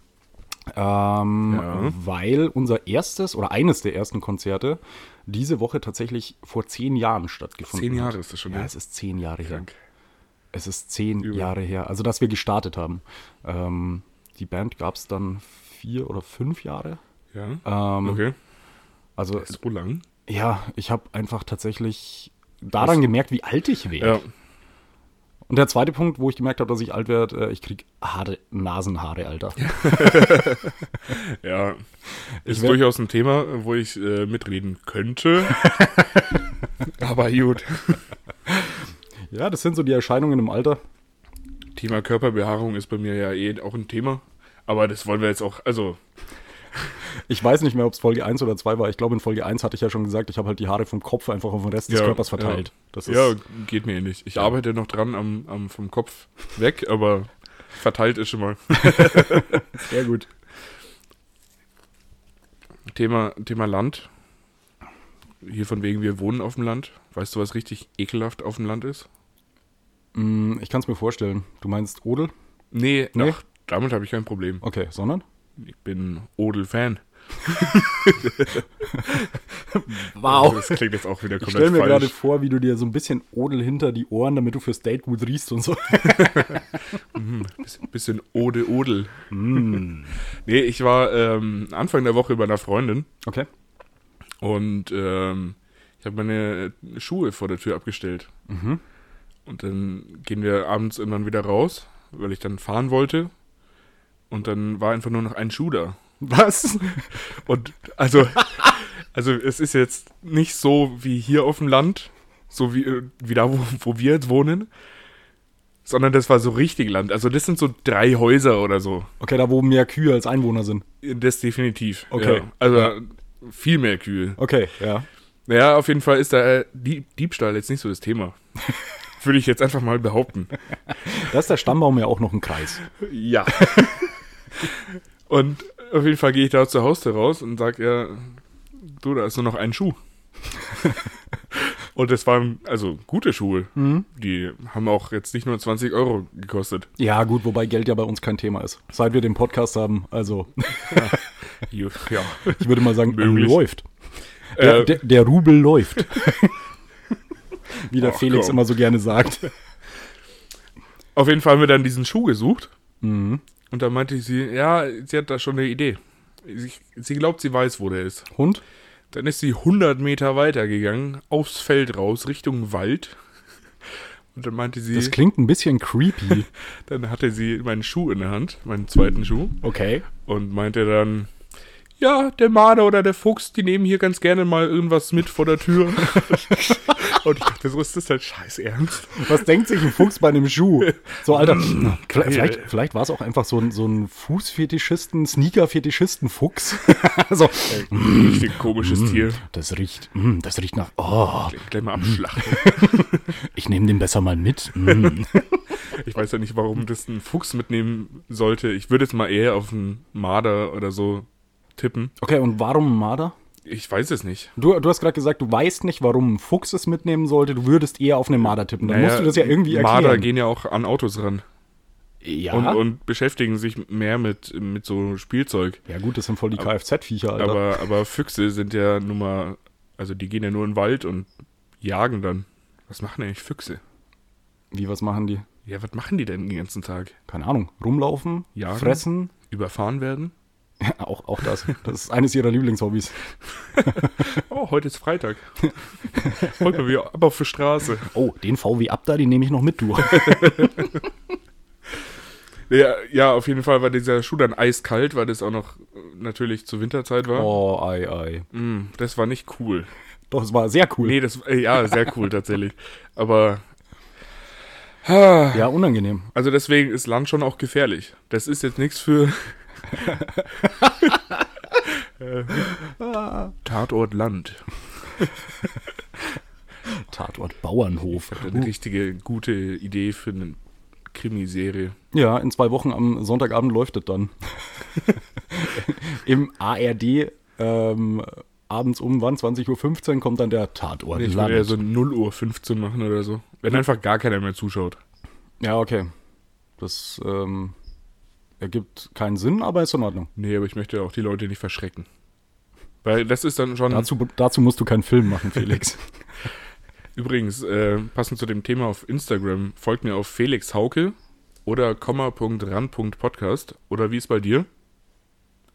[SPEAKER 2] Ähm,
[SPEAKER 1] Ja.
[SPEAKER 2] Weil unser erstes oder eines der ersten Konzerte diese Woche tatsächlich vor zehn Jahren stattgefunden
[SPEAKER 1] Zehn
[SPEAKER 2] hat.
[SPEAKER 1] Jahre ist das schon
[SPEAKER 2] Ja,
[SPEAKER 1] her.
[SPEAKER 2] es ist zehn Jahre her.
[SPEAKER 1] Krank.
[SPEAKER 2] Es ist zehn
[SPEAKER 1] Übel.
[SPEAKER 2] Jahre her, also dass wir gestartet haben. Ähm, die Band gab es dann vier oder fünf Jahre.
[SPEAKER 1] Ja,
[SPEAKER 2] Ähm,
[SPEAKER 1] okay.
[SPEAKER 2] Also
[SPEAKER 1] Ist so lang.
[SPEAKER 2] ja, ich habe einfach tatsächlich daran gemerkt, wie alt ich werde.
[SPEAKER 1] Ja,
[SPEAKER 2] Und der zweite Punkt, wo ich gemerkt habe, dass ich alt werde, äh, ich krieg Haare, Nasenhaare, Alter.
[SPEAKER 1] ja. Ist
[SPEAKER 2] wär-
[SPEAKER 1] durchaus ein Thema, wo ich äh, mitreden könnte. Aber gut.
[SPEAKER 2] Ja, das sind so die Erscheinungen im Alter.
[SPEAKER 1] Thema Körperbehaarung ist bei mir ja eh auch ein Thema. Aber das wollen wir jetzt auch, also,
[SPEAKER 2] Ich weiß nicht mehr, ob es Folge 1 oder 2 war. Ich glaube, in Folge 1 hatte ich ja schon gesagt, ich habe halt die Haare vom Kopf einfach auf den Rest des
[SPEAKER 1] Ja,
[SPEAKER 2] Körpers verteilt. Das ist,
[SPEAKER 1] ja, geht mir ähnlich. Ich arbeite noch dran am, am vom Kopf weg, aber verteilt ist schon mal.
[SPEAKER 2] sehr gut.
[SPEAKER 1] Thema, Thema Land. Hier von wegen, wir wohnen auf dem Land. Weißt du, was richtig ekelhaft auf dem Land ist?
[SPEAKER 2] Mm, ich kann es mir vorstellen. Du meinst Odel?
[SPEAKER 1] Nee,
[SPEAKER 2] Nee?
[SPEAKER 1] Ach, damit habe ich kein Problem.
[SPEAKER 2] Okay, sondern?
[SPEAKER 1] Ich bin Odel-Fan. Das klingt jetzt auch wieder
[SPEAKER 2] Oh. Ich stelle
[SPEAKER 1] komplett
[SPEAKER 2] mir gerade
[SPEAKER 1] falsch.
[SPEAKER 2] vor, wie du dir so ein bisschen Odel hinter die Ohren, damit du fürs Date gut riechst und so.
[SPEAKER 1] Bisschen- Bisschen Ode-Odel.
[SPEAKER 2] Mm.
[SPEAKER 1] Nee, ich war ähm, Anfang der Woche bei einer Freundin
[SPEAKER 2] Okay.
[SPEAKER 1] und ähm, ich habe meine Schuhe vor der Tür abgestellt.
[SPEAKER 2] Mhm.
[SPEAKER 1] Und dann gehen wir abends irgendwann wieder raus, weil ich dann fahren wollte. Und dann war einfach nur noch ein Schuh da.
[SPEAKER 2] Was?
[SPEAKER 1] Und also, also es ist jetzt nicht so wie hier auf dem Land, so wie, äh, wie da, wo, wo wir jetzt wohnen, sondern das war so richtig Land. Also das sind so drei Häuser oder so.
[SPEAKER 2] Okay, da wo mehr Kühe als Einwohner sind.
[SPEAKER 1] Das definitiv.
[SPEAKER 2] Okay.
[SPEAKER 1] Ja. Also viel mehr Kühe.
[SPEAKER 2] Okay, ja.
[SPEAKER 1] Ja, auf jeden Fall ist da äh, Dieb Diebstahl jetzt nicht so das Thema. Würde ich jetzt einfach mal behaupten.
[SPEAKER 2] Da ist der Stammbaum ja auch noch ein Kreis.
[SPEAKER 1] Ja. und auf jeden Fall gehe ich da zur Haustür raus und sage ihr, du, da ist nur noch ein Schuh. und das waren also gute Schuhe. Die haben auch jetzt nicht nur 20 Euro gekostet.
[SPEAKER 2] Ja, gut, wobei Geld ja bei uns kein Thema ist. Seit wir den Podcast haben, also
[SPEAKER 1] Ja.
[SPEAKER 2] ich würde mal sagen,
[SPEAKER 1] Möglich.
[SPEAKER 2] läuft. Der,
[SPEAKER 1] Äh,
[SPEAKER 2] der, der Rubel läuft. Wie der
[SPEAKER 1] Ach,
[SPEAKER 2] Felix
[SPEAKER 1] komm.
[SPEAKER 2] immer so gerne sagt.
[SPEAKER 1] auf jeden Fall haben wir dann diesen Schuh gesucht. Und da meinte ich sie, ja, sie hat da schon eine Idee. Sie, sie glaubt, sie weiß, wo der ist.
[SPEAKER 2] Hund?
[SPEAKER 1] Dann ist sie 100 Meter weitergegangen, aufs Feld raus, Richtung Wald. Und dann meinte sie.
[SPEAKER 2] Das klingt ein bisschen creepy.
[SPEAKER 1] Dann hatte sie meinen Schuh in der Hand, meinen zweiten Schuh,
[SPEAKER 2] Okay.
[SPEAKER 1] und meinte dann, ja, der Marder oder der Fuchs, die nehmen hier ganz gerne mal irgendwas mit vor der Tür. Und ich dachte, so ist das halt scheiß ernst.
[SPEAKER 2] Was denkt sich ein Fuchs bei einem Schuh? So, Alter, vielleicht, vielleicht war es auch einfach so ein, so ein Fußfetischisten, Sneaker-Fetischisten-Fuchs. so,
[SPEAKER 1] Richtig komisches Tier.
[SPEAKER 2] das riecht, mm, das riecht nach, oh,
[SPEAKER 1] Gleich mal abschlachten.
[SPEAKER 2] ich nehme den besser mal mit. Mm.
[SPEAKER 1] Ich weiß ja nicht, warum das ein Fuchs mitnehmen sollte. Ich würde jetzt mal eher auf einen Marder oder so tippen.
[SPEAKER 2] Okay, und warum Marder?
[SPEAKER 1] Ich weiß es nicht.
[SPEAKER 2] Du, du hast gerade gesagt, du weißt nicht, warum ein Fuchs es mitnehmen sollte. Du würdest eher auf eine Marder tippen. Dann musst du das ja irgendwie erklären.
[SPEAKER 1] Marder gehen ja auch an Autos ran
[SPEAKER 2] ja.
[SPEAKER 1] und, und beschäftigen sich mehr mit, mit so Spielzeug.
[SPEAKER 2] ja gut, das sind voll die Kfz-Viecher, Alter.
[SPEAKER 1] Aber, aber Füchse sind ja nun mal, also die gehen ja nur in den Wald und jagen dann. Was machen eigentlich Füchse?
[SPEAKER 2] Wie, was machen die?
[SPEAKER 1] Ja, was machen die denn den ganzen Tag?
[SPEAKER 2] Keine Ahnung. Rumlaufen,
[SPEAKER 1] Jagen?
[SPEAKER 2] fressen.
[SPEAKER 1] Überfahren werden?
[SPEAKER 2] Ja, auch, auch das. Das ist eines ihrer Lieblingshobbys.
[SPEAKER 1] Oh, heute ist Freitag. Heute mal wieder ab auf die Straße.
[SPEAKER 2] Oh, den VW Abda, den nehme ich noch mit, du.
[SPEAKER 1] Ja, ja, auf jeden Fall war dieser Schuh dann eiskalt, weil das auch noch äh, natürlich zur Winterzeit war.
[SPEAKER 2] Oh, ei, ei.
[SPEAKER 1] Mm, das war nicht cool.
[SPEAKER 2] Doch, es war sehr cool.
[SPEAKER 1] Nee, das äh, ja, sehr cool tatsächlich. Aber
[SPEAKER 2] Ja, unangenehm.
[SPEAKER 1] also deswegen ist Land schon auch gefährlich. Das ist jetzt nichts für Äh, Tatort Land.
[SPEAKER 2] Tatort Bauernhof.
[SPEAKER 1] Eine richtige gute Idee für eine Krimiserie.
[SPEAKER 2] Ja, in zwei Wochen am Sonntagabend läuft es dann. Im ARD ähm, abends um wann? 20.15 Uhr kommt dann der Tatort.
[SPEAKER 1] Ich
[SPEAKER 2] Land.
[SPEAKER 1] würde ja so 0 Uhr 15 machen oder so. Wenn einfach gar keiner mehr zuschaut.
[SPEAKER 2] ja, okay. Das ähm, ergibt keinen Sinn, aber ist in Ordnung.
[SPEAKER 1] Nee, aber ich möchte auch die Leute nicht verschrecken. Weil das ist dann schon.
[SPEAKER 2] Dazu, dazu musst du keinen Film machen, Felix.
[SPEAKER 1] Übrigens, äh, passend zu dem Thema auf Instagram, folgt mir auf Felix Hauke oder komma.ran.podcast oder wie ist bei dir?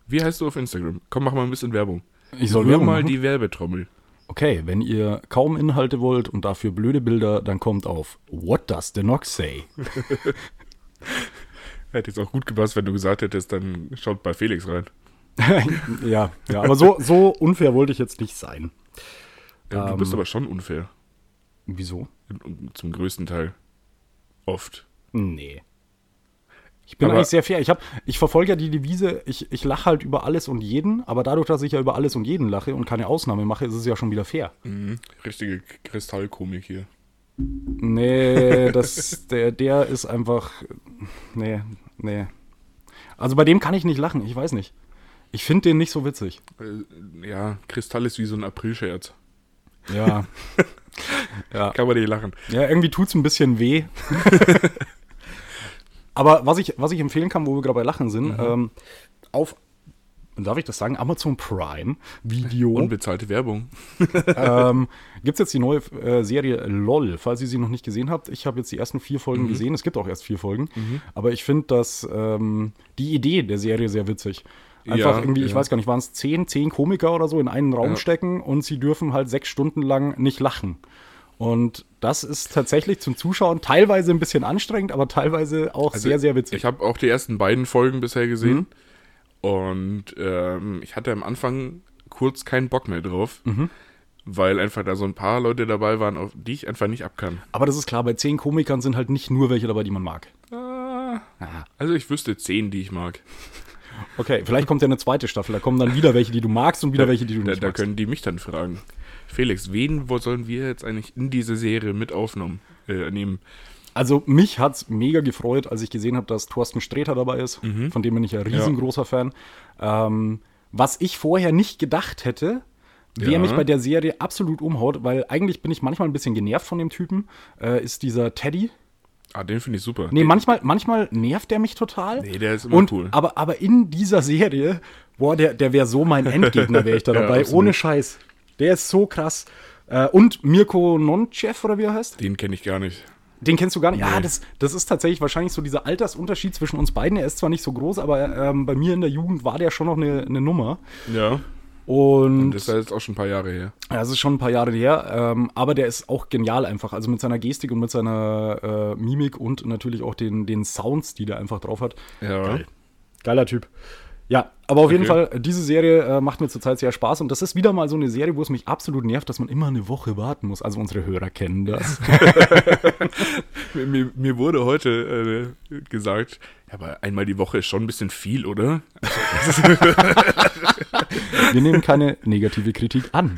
[SPEAKER 1] Wie heißt du auf Instagram? Komm, mach mal ein bisschen Werbung.
[SPEAKER 2] Ich soll
[SPEAKER 1] Rühr
[SPEAKER 2] Werbung
[SPEAKER 1] mal
[SPEAKER 2] machen?
[SPEAKER 1] die Werbetrommel.
[SPEAKER 2] Okay, wenn ihr kaum Inhalte wollt und dafür blöde Bilder, dann kommt auf What Does the Nox Say?
[SPEAKER 1] Hätte jetzt auch gut gepasst, wenn du gesagt hättest, dann schaut bei Felix rein.
[SPEAKER 2] ja, ja, aber so, so unfair wollte ich jetzt nicht sein.
[SPEAKER 1] Ja, du
[SPEAKER 2] Ähm.
[SPEAKER 1] bist aber schon unfair.
[SPEAKER 2] Wieso?
[SPEAKER 1] Zum größten Teil. Oft.
[SPEAKER 2] Nee. Ich bin
[SPEAKER 1] Aber-
[SPEAKER 2] eigentlich sehr fair. Ich, hab, ich verfolge ja die Devise, ich, ich lache halt über alles und jeden, aber dadurch, dass ich ja über alles und jeden lache und keine Ausnahme mache, ist es ja schon wieder fair.
[SPEAKER 1] Richtige K- Kristallkomik hier.
[SPEAKER 2] Nee, das, der, der ist einfach. Nee, nee. Also bei dem kann ich nicht lachen, ich weiß nicht. Ich finde den nicht so witzig.
[SPEAKER 1] Äh, Ja, Kristall ist wie so ein Aprilscherz.
[SPEAKER 2] Ja. ja.
[SPEAKER 1] Kann man nicht lachen.
[SPEAKER 2] Ja, irgendwie tut's ein bisschen weh. Aber was ich, was ich empfehlen kann, wo wir gerade bei Lachen sind, ähm, auf, darf ich das sagen, Amazon Prime Video
[SPEAKER 1] Unbezahlte Werbung.
[SPEAKER 2] ähm, gibt's jetzt die neue äh, Serie LOL, falls ihr sie noch nicht gesehen habt. Ich habe jetzt die ersten vier Folgen
[SPEAKER 1] Mhm.
[SPEAKER 2] gesehen. Es gibt auch erst vier Folgen. Aber ich finde dass ähm, die Idee der Serie sehr witzig. Einfach
[SPEAKER 1] Ja,
[SPEAKER 2] irgendwie, ich
[SPEAKER 1] ja.
[SPEAKER 2] weiß gar nicht, waren es zehn, zehn Komiker oder so in einen Raum
[SPEAKER 1] Ja.
[SPEAKER 2] stecken und sie dürfen halt sechs Stunden lang nicht lachen. Und das ist tatsächlich zum Zuschauen teilweise ein bisschen anstrengend, aber teilweise auch sehr, sehr witzig.
[SPEAKER 1] Also
[SPEAKER 2] Mhm.
[SPEAKER 1] Ich habe auch die ersten beiden Folgen bisher gesehen. Und ähm, ich hatte am Anfang kurz keinen Bock mehr drauf,
[SPEAKER 2] Mhm.
[SPEAKER 1] weil einfach da so ein paar Leute dabei waren, auf die ich einfach nicht abkann.
[SPEAKER 2] Aber das ist klar, bei zehn Komikern sind halt nicht nur welche dabei, die man mag.
[SPEAKER 1] Also ich wüsste zehn, die ich mag.
[SPEAKER 2] Okay, vielleicht kommt ja eine zweite Staffel, da kommen dann wieder welche, die du magst und wieder welche, die du
[SPEAKER 1] Da,
[SPEAKER 2] nicht
[SPEAKER 1] da
[SPEAKER 2] magst.
[SPEAKER 1] können die mich dann fragen. Felix, wen wo sollen wir jetzt eigentlich in diese Serie mit aufnehmen? Äh, nehmen?
[SPEAKER 2] Also mich hat's mega gefreut, als ich gesehen habe, dass Thorsten Sträter dabei ist.
[SPEAKER 1] Mhm.
[SPEAKER 2] Von dem bin ich ja riesengroßer Fan. Ähm, was ich vorher nicht gedacht hätte, wer
[SPEAKER 1] Ja.
[SPEAKER 2] mich bei der Serie absolut umhaut, weil eigentlich bin ich manchmal ein bisschen genervt von dem Typen, äh, ist dieser Teddy.
[SPEAKER 1] Ah, den finde ich super.
[SPEAKER 2] Nee, manchmal, manchmal nervt der mich total.
[SPEAKER 1] Nee, der ist immer
[SPEAKER 2] Und,
[SPEAKER 1] cool.
[SPEAKER 2] Aber, aber in dieser Serie, boah, der, der wäre so mein Endgegner, wäre ich da
[SPEAKER 1] Ja,
[SPEAKER 2] dabei.
[SPEAKER 1] absolut.
[SPEAKER 2] Ohne Scheiß. Der ist so krass. Äh, und Mirko Nonchev, oder wie er heißt?
[SPEAKER 1] Den kenne ich gar nicht.
[SPEAKER 2] Den kennst du gar nicht. Ja,
[SPEAKER 1] Nee.
[SPEAKER 2] das, das ist tatsächlich wahrscheinlich so dieser Altersunterschied zwischen uns beiden. Er ist zwar nicht so groß, aber ähm, bei mir in der Jugend war der schon noch eine, eine Nummer.
[SPEAKER 1] Ja.
[SPEAKER 2] Und
[SPEAKER 1] Das ist jetzt auch schon ein paar Jahre her.
[SPEAKER 2] ja, das ist schon ein paar Jahre her, ähm, aber der ist auch genial einfach. Also mit seiner Gestik und mit seiner äh, Mimik und natürlich auch den, den Sounds, die der einfach drauf hat.
[SPEAKER 1] Ja.
[SPEAKER 2] Geil. Geiler Typ. Ja, aber auf jeden
[SPEAKER 1] Okay.
[SPEAKER 2] Fall, diese Serie äh, macht mir zurzeit sehr Spaß und das ist wieder mal so eine Serie, wo es mich absolut nervt, dass man immer eine Woche warten muss. Also unsere Hörer kennen das.
[SPEAKER 1] Mir- Mir, mir wurde heute äh, gesagt, ja, aber einmal die Woche ist schon ein bisschen viel, oder?
[SPEAKER 2] Wir nehmen keine negative Kritik an.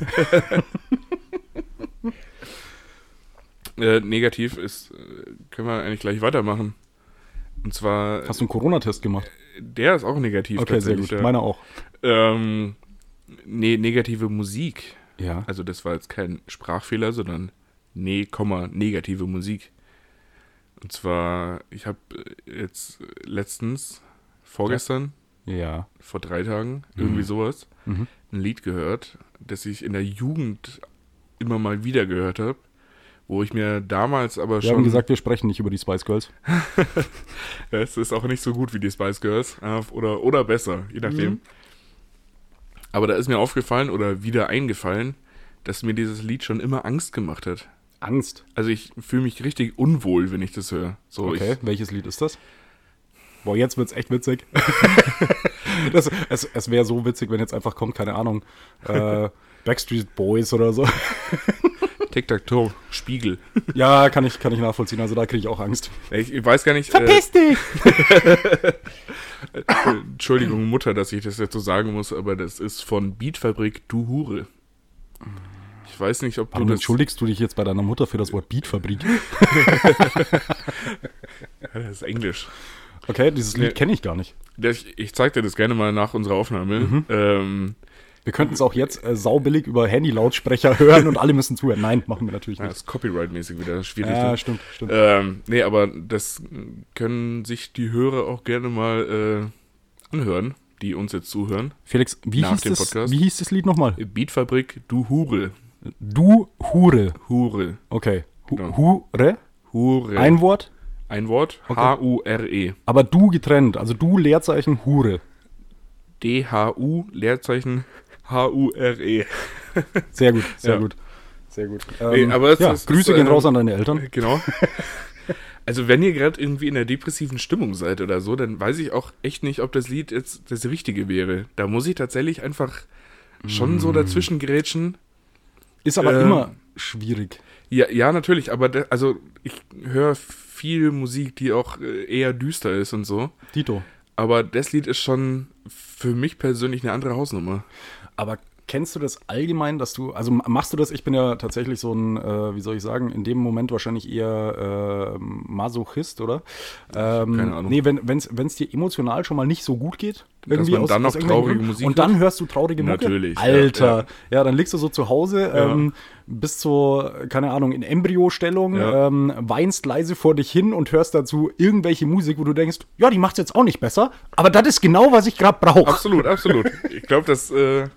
[SPEAKER 1] Äh, negativ ist, äh, können wir eigentlich gleich weitermachen. Und zwar,
[SPEAKER 2] Hast du einen Corona-Test gemacht?
[SPEAKER 1] der ist auch negativ.
[SPEAKER 2] Okay, sehr gut.
[SPEAKER 1] ja.
[SPEAKER 2] Meiner auch.
[SPEAKER 1] Ähm, nee, negative Musik.
[SPEAKER 2] Ja.
[SPEAKER 1] Also das war jetzt kein Sprachfehler, sondern nee, Komma, negative Musik. Und zwar, ich habe äh, jetzt letztens, vorgestern,
[SPEAKER 2] Ja.
[SPEAKER 1] vor drei Tagen, irgendwie sowas,
[SPEAKER 2] Mhm.
[SPEAKER 1] ein Lied gehört, das ich in der Jugend immer mal wieder gehört habe, wo ich mir damals aber
[SPEAKER 2] Wir
[SPEAKER 1] schon
[SPEAKER 2] haben gesagt, wir sprechen nicht über die Spice Girls.
[SPEAKER 1] Es ist auch nicht so gut wie die Spice Girls äh, oder, oder besser, je nachdem.
[SPEAKER 2] Mhm.
[SPEAKER 1] Aber da ist mir aufgefallen oder wieder eingefallen, dass mir dieses Lied schon immer Angst gemacht hat.
[SPEAKER 2] Angst.
[SPEAKER 1] Also ich fühle mich richtig unwohl, wenn ich das höre. So,
[SPEAKER 2] Okay,
[SPEAKER 1] ich,
[SPEAKER 2] welches Lied ist das? Boah, jetzt wird's echt witzig. das, es es wäre so witzig, wenn jetzt einfach kommt, keine Ahnung, äh, Backstreet Boys oder so.
[SPEAKER 1] Tic-Tac-Toe, Spiegel.
[SPEAKER 2] Ja, kann ich, kann ich nachvollziehen. Also da kriege ich auch Angst.
[SPEAKER 1] Ich, ich weiß gar nicht, äh,
[SPEAKER 2] Verpiss dich!
[SPEAKER 1] Entschuldigung Mutter, dass ich das jetzt so sagen muss, aber das ist von Beatfabrik Du Hure. Ich weiß nicht, ob du
[SPEAKER 2] Warum
[SPEAKER 1] das...
[SPEAKER 2] entschuldigst du dich jetzt bei deiner Mutter für das Wort Beatfabrik?
[SPEAKER 1] Ja, das ist Englisch.
[SPEAKER 2] Okay, dieses Lied kenne ich gar nicht.
[SPEAKER 1] Ich, ich zeig dir das gerne mal nach unserer Aufnahme.
[SPEAKER 2] Mhm.
[SPEAKER 1] Ähm,
[SPEAKER 2] Wir könnten es auch jetzt äh, saubillig über Handy-Lautsprecher hören und alle müssen zuhören. Nein, machen wir natürlich
[SPEAKER 1] ja,
[SPEAKER 2] nicht.
[SPEAKER 1] das ist copyright-mäßig wieder schwierig.
[SPEAKER 2] Ja,
[SPEAKER 1] ne?
[SPEAKER 2] stimmt, stimmt.
[SPEAKER 1] Ähm, nee, aber das können sich die Hörer auch gerne mal äh, anhören, die uns jetzt zuhören.
[SPEAKER 2] Felix, wie
[SPEAKER 1] nach
[SPEAKER 2] hieß,
[SPEAKER 1] dem
[SPEAKER 2] das,
[SPEAKER 1] Podcast. Äh,
[SPEAKER 2] wie hieß das Lied nochmal?
[SPEAKER 1] Beatfabrik, du Hure.
[SPEAKER 2] Du Hure.
[SPEAKER 1] Hure.
[SPEAKER 2] Okay. Hu
[SPEAKER 1] Genau.
[SPEAKER 2] Hure?
[SPEAKER 1] Hure.
[SPEAKER 2] Ein Wort,
[SPEAKER 1] Ein Wort? H-U-R-E.
[SPEAKER 2] aber du getrennt. Also du Leerzeichen Hure.
[SPEAKER 1] D-H-U, Leerzeichen, H-U-R-E.
[SPEAKER 2] Sehr gut, sehr
[SPEAKER 1] Ja.
[SPEAKER 2] gut. Sehr gut.
[SPEAKER 1] Nee,
[SPEAKER 2] Ähm,
[SPEAKER 1] aber es
[SPEAKER 2] ja,
[SPEAKER 1] ist-
[SPEAKER 2] Grüße
[SPEAKER 1] es ist,
[SPEAKER 2] gehen
[SPEAKER 1] äh,
[SPEAKER 2] raus an deine Eltern.
[SPEAKER 1] Genau. Also wenn ihr gerade irgendwie in einer depressiven Stimmung seid oder so, dann weiß ich auch echt nicht, ob das Lied jetzt das Richtige wäre. Da muss ich tatsächlich einfach schon
[SPEAKER 2] Mm.
[SPEAKER 1] so dazwischen grätschen.
[SPEAKER 2] Ist aber
[SPEAKER 1] äh,
[SPEAKER 2] immer schwierig.
[SPEAKER 1] Ja, ja, natürlich, aber da, also ich höre viel Musik, die auch äh, eher düster ist und so.
[SPEAKER 2] Tito.
[SPEAKER 1] Aber das Lied ist schon für mich persönlich eine andere Hausnummer.
[SPEAKER 2] Aber kennst du das allgemein, dass du, also machst du das? Ich bin ja tatsächlich so ein, äh, wie soll ich sagen, in dem Moment wahrscheinlich eher äh, Masochist, oder? Ähm,
[SPEAKER 1] keine Ahnung.
[SPEAKER 2] Nee, wenn wenn's wenn's dir emotional schon mal nicht so gut geht, irgendwie
[SPEAKER 1] man dann noch
[SPEAKER 2] irgendwelchen
[SPEAKER 1] traurige
[SPEAKER 2] Gründen,
[SPEAKER 1] Musik
[SPEAKER 2] und dann hörst du traurige Mucke.
[SPEAKER 1] Natürlich, ja,
[SPEAKER 2] Alter. Ja,
[SPEAKER 1] ja.
[SPEAKER 2] dann liegst du so zu Hause, ähm, bist so, keine Ahnung, in Embryostellung,
[SPEAKER 1] Ja.
[SPEAKER 2] ähm, weinst leise vor dich hin und hörst dazu irgendwelche Musik, wo du denkst, ja, die macht's jetzt auch nicht besser, aber das ist genau, was ich gerade brauche.
[SPEAKER 1] Absolut, absolut. Ich glaube, das äh,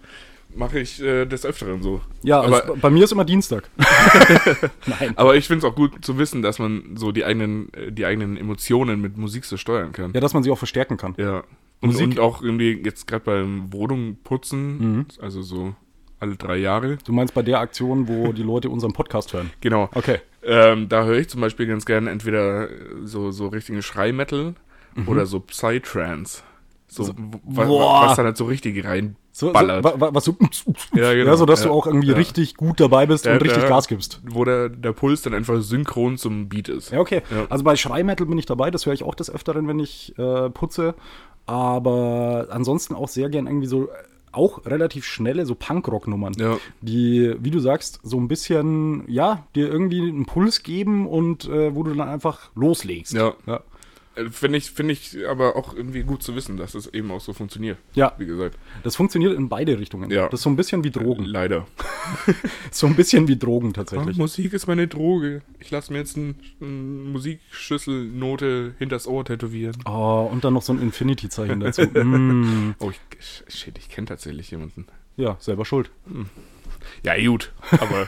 [SPEAKER 1] mache ich äh, des Öfteren so.
[SPEAKER 2] Ja,
[SPEAKER 1] aber,
[SPEAKER 2] es, bei mir ist immer Dienstag. Nein.
[SPEAKER 1] aber ich finde es auch gut zu wissen, dass man so die eigenen, äh, die eigenen Emotionen mit Musik so steuern kann.
[SPEAKER 2] Ja, dass man sie auch verstärken kann.
[SPEAKER 1] Ja. Und,
[SPEAKER 2] Musik- Mhm.
[SPEAKER 1] und auch irgendwie jetzt gerade beim Wohnungputzen, also so alle drei Jahre.
[SPEAKER 2] Du meinst bei der Aktion, wo die Leute unseren Podcast hören.
[SPEAKER 1] Genau.
[SPEAKER 2] Okay.
[SPEAKER 1] Ähm, da höre ich zum Beispiel ganz gerne entweder äh, so, so richtigen Schrei-Metal oder so Psytrance. So, wa
[SPEAKER 2] Mhm. boah.
[SPEAKER 1] wa was dann halt so richtig
[SPEAKER 2] So, so, wa,
[SPEAKER 1] reinballert.
[SPEAKER 2] wa, was so,
[SPEAKER 1] Ja, genau.
[SPEAKER 2] ja, so dass
[SPEAKER 1] Ja,
[SPEAKER 2] du auch irgendwie
[SPEAKER 1] ja.
[SPEAKER 2] richtig gut dabei bist
[SPEAKER 1] Ja,
[SPEAKER 2] und richtig
[SPEAKER 1] ja.
[SPEAKER 2] Gas gibst.
[SPEAKER 1] wo der, der Puls dann einfach synchron zum Beat ist.
[SPEAKER 2] Ja, okay.
[SPEAKER 1] Ja.
[SPEAKER 2] Also bei Schreimetal bin ich dabei, das höre ich auch des Öfteren, wenn ich äh, putze. Aber ansonsten auch sehr gern irgendwie so äh, auch relativ schnelle so Punkrock-Nummern,
[SPEAKER 1] Ja.
[SPEAKER 2] die, wie du sagst, so ein bisschen, ja, dir irgendwie einen Puls geben und äh, wo du dann einfach loslegst.
[SPEAKER 1] Ja.
[SPEAKER 2] ja.
[SPEAKER 1] Äh, Finde ich, find ich aber auch irgendwie gut zu wissen, dass es eben auch so funktioniert.
[SPEAKER 2] Ja.
[SPEAKER 1] Wie gesagt.
[SPEAKER 2] Das funktioniert in beide Richtungen.
[SPEAKER 1] Ja.
[SPEAKER 2] Das ist so ein bisschen wie Drogen.
[SPEAKER 1] Leider.
[SPEAKER 2] So ein bisschen wie Drogen
[SPEAKER 1] Ah,
[SPEAKER 2] tatsächlich.
[SPEAKER 1] Musik ist meine Droge. Ich lasse mir jetzt eine ein Musikschüsselnote hinters Ohr tätowieren.
[SPEAKER 2] Oh, und dann noch so ein Infinity-Zeichen dazu. mm.
[SPEAKER 1] Oh, ich, shit, ich kenne tatsächlich jemanden.
[SPEAKER 2] Ja, selber schuld.
[SPEAKER 1] Ja, eh gut. Aber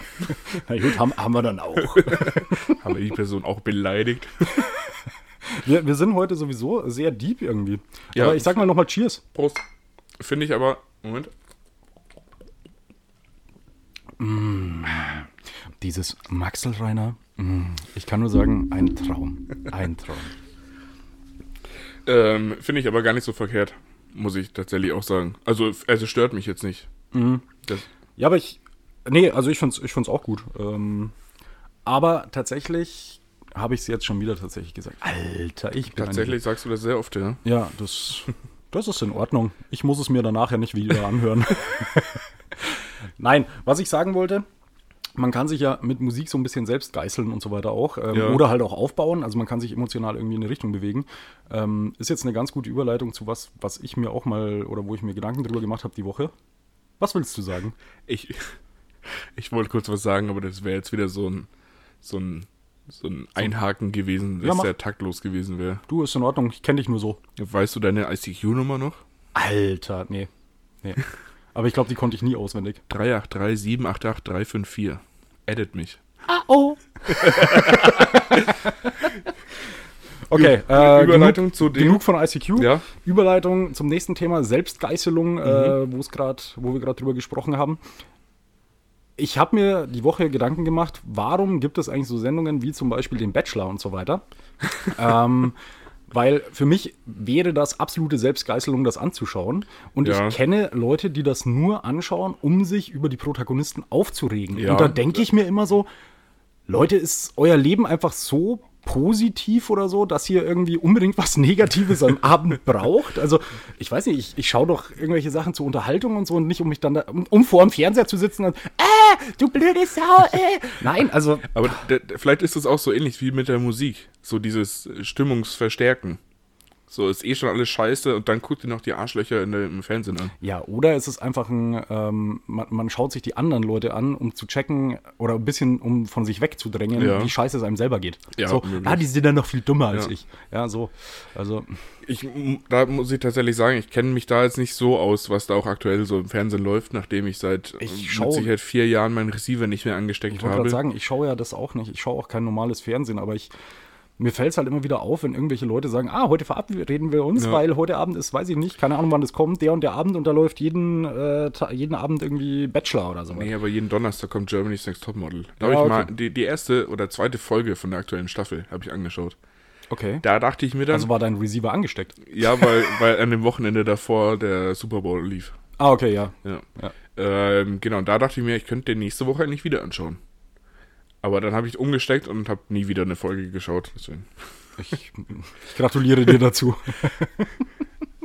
[SPEAKER 2] Na gut, haben, haben wir dann auch.
[SPEAKER 1] haben wir die Person auch beleidigt?
[SPEAKER 2] Wir, wir sind heute sowieso sehr deep irgendwie.
[SPEAKER 1] Ja.
[SPEAKER 2] Aber ich sag mal nochmal Cheers.
[SPEAKER 1] Prost. Finde ich aber. Moment.
[SPEAKER 2] Dieses Maxel Rainer, mm, ich kann nur sagen, ein Traum. Ein Traum.
[SPEAKER 1] Ähm, Finde ich aber gar nicht so verkehrt. muss ich tatsächlich auch sagen. Also, also stört mich jetzt nicht. Das,
[SPEAKER 2] Mhm. Ja, aber ich. Nee, also ich find's, ich find's auch gut. Ähm, aber tatsächlich habe ich es jetzt schon wieder tatsächlich gesagt. Alter, ich bin ein-
[SPEAKER 1] tatsächlich sagst du das sehr oft, ja.
[SPEAKER 2] Ja, das, das ist in Ordnung. Ich muss es mir danach ja nicht wieder anhören. Nein, was ich sagen wollte, man kann sich ja mit Musik so ein bisschen selbst geißeln und so weiter auch. Ähm,
[SPEAKER 1] Ja.
[SPEAKER 2] Oder halt auch aufbauen. Also man kann sich emotional irgendwie in eine Richtung bewegen. Ähm, ist jetzt eine ganz gute Überleitung zu was, was ich mir auch mal oder wo ich mir Gedanken drüber gemacht habe die Woche. Was willst du sagen?
[SPEAKER 1] Ich, ich wollte kurz was sagen, aber das wäre jetzt wieder so ein, so ein, so ein Einhaken gewesen,
[SPEAKER 2] Ja,
[SPEAKER 1] dass
[SPEAKER 2] mach.
[SPEAKER 1] der taktlos gewesen wäre.
[SPEAKER 2] Du, ist in Ordnung. Ich kenne dich nur so.
[SPEAKER 1] Weißt du deine ICQ-Nummer noch?
[SPEAKER 2] Alter, nee. nee. Aber ich glaube, die konnte ich nie auswendig.
[SPEAKER 1] 383788354. Edit mich.
[SPEAKER 2] Ah, oh. okay, äh,
[SPEAKER 1] Überleitung
[SPEAKER 2] genug,
[SPEAKER 1] zu dem-
[SPEAKER 2] genug von ICQ.
[SPEAKER 1] Ja.
[SPEAKER 2] Überleitung zum nächsten Thema Selbstgeißelung,
[SPEAKER 1] Mhm.
[SPEAKER 2] äh, wo's grad, wo wir gerade drüber gesprochen haben. Ich habe mir die Woche Gedanken gemacht, warum gibt es eigentlich so Sendungen wie zum Beispiel den Bachelor und so weiter? ähm, weil für mich wäre das absolute Selbstgeißelung, das anzuschauen. Und
[SPEAKER 1] Ja.
[SPEAKER 2] ich kenne Leute, die das nur anschauen, um sich über die Protagonisten aufzuregen.
[SPEAKER 1] Ja.
[SPEAKER 2] Und da denke ich mir immer so, Leute, ist euer Leben einfach so positiv oder so, dass ihr irgendwie unbedingt was Negatives am Abend braucht? Also, ich weiß nicht, ich, ich schaue doch irgendwelche Sachen zur Unterhaltung und so und nicht, um mich dann da, um, um vor dem Fernseher zu sitzen und, äh, du blöde Sau, äh. Nein, also,
[SPEAKER 1] Aber d- d- vielleicht ist es auch so ähnlich wie mit der Musik. So dieses Stimmungsverstärken. So ist eh schon alles scheiße und dann guckt ihr noch die Arschlöcher in der, im Fernsehen an.
[SPEAKER 2] ja, oder es ist einfach ein, ähm, man, man schaut sich die anderen Leute an, um zu checken oder ein bisschen, um von sich wegzudrängen,
[SPEAKER 1] Ja.
[SPEAKER 2] wie scheiße es einem selber geht.
[SPEAKER 1] Ja,
[SPEAKER 2] so,
[SPEAKER 1] möglich.
[SPEAKER 2] ah, die sind dann noch viel dümmer als
[SPEAKER 1] Ja.
[SPEAKER 2] ich. Ja, so, also,
[SPEAKER 1] Ich, m- da muss ich tatsächlich sagen, ich kenne mich da jetzt nicht so aus, was da auch aktuell so im Fernsehen läuft, nachdem ich seit äh,
[SPEAKER 2] Ich schau-
[SPEAKER 1] mit Sicherheit vier Jahren meinen Receiver nicht mehr angesteckt
[SPEAKER 2] Ich wollte gerade
[SPEAKER 1] habe.
[SPEAKER 2] sagen, ich schaue ja das auch nicht. Ich schaue auch kein normales Fernsehen, aber ich. Mir fällt es halt immer wieder auf, wenn irgendwelche Leute sagen, ah, heute verabreden wir uns,
[SPEAKER 1] Ja.
[SPEAKER 2] weil heute Abend ist, weiß ich nicht, keine Ahnung, wann das kommt, der und der Abend und da läuft jeden, äh, Ta- jeden Abend irgendwie Bachelor oder so.
[SPEAKER 1] Nee, aber jeden Donnerstag kommt Germany's Next Topmodel. Da
[SPEAKER 2] Ja,
[SPEAKER 1] habe ich mal
[SPEAKER 2] okay.
[SPEAKER 1] die, die erste oder zweite Folge von der aktuellen Staffel habe ich angeschaut.
[SPEAKER 2] Okay.
[SPEAKER 1] Da dachte ich mir dann,
[SPEAKER 2] Also war dein Receiver angesteckt.
[SPEAKER 1] ja, weil, weil an dem Wochenende davor der Super Bowl lief.
[SPEAKER 2] Ah, okay, ja.
[SPEAKER 1] Ja.
[SPEAKER 2] Ja.
[SPEAKER 1] Ähm, genau, und da dachte ich mir, ich könnte den nächste Woche eigentlich wieder anschauen. Aber dann habe ich umgesteckt und habe nie wieder eine Folge geschaut. Deswegen.
[SPEAKER 2] Ich, ich gratuliere dir dazu.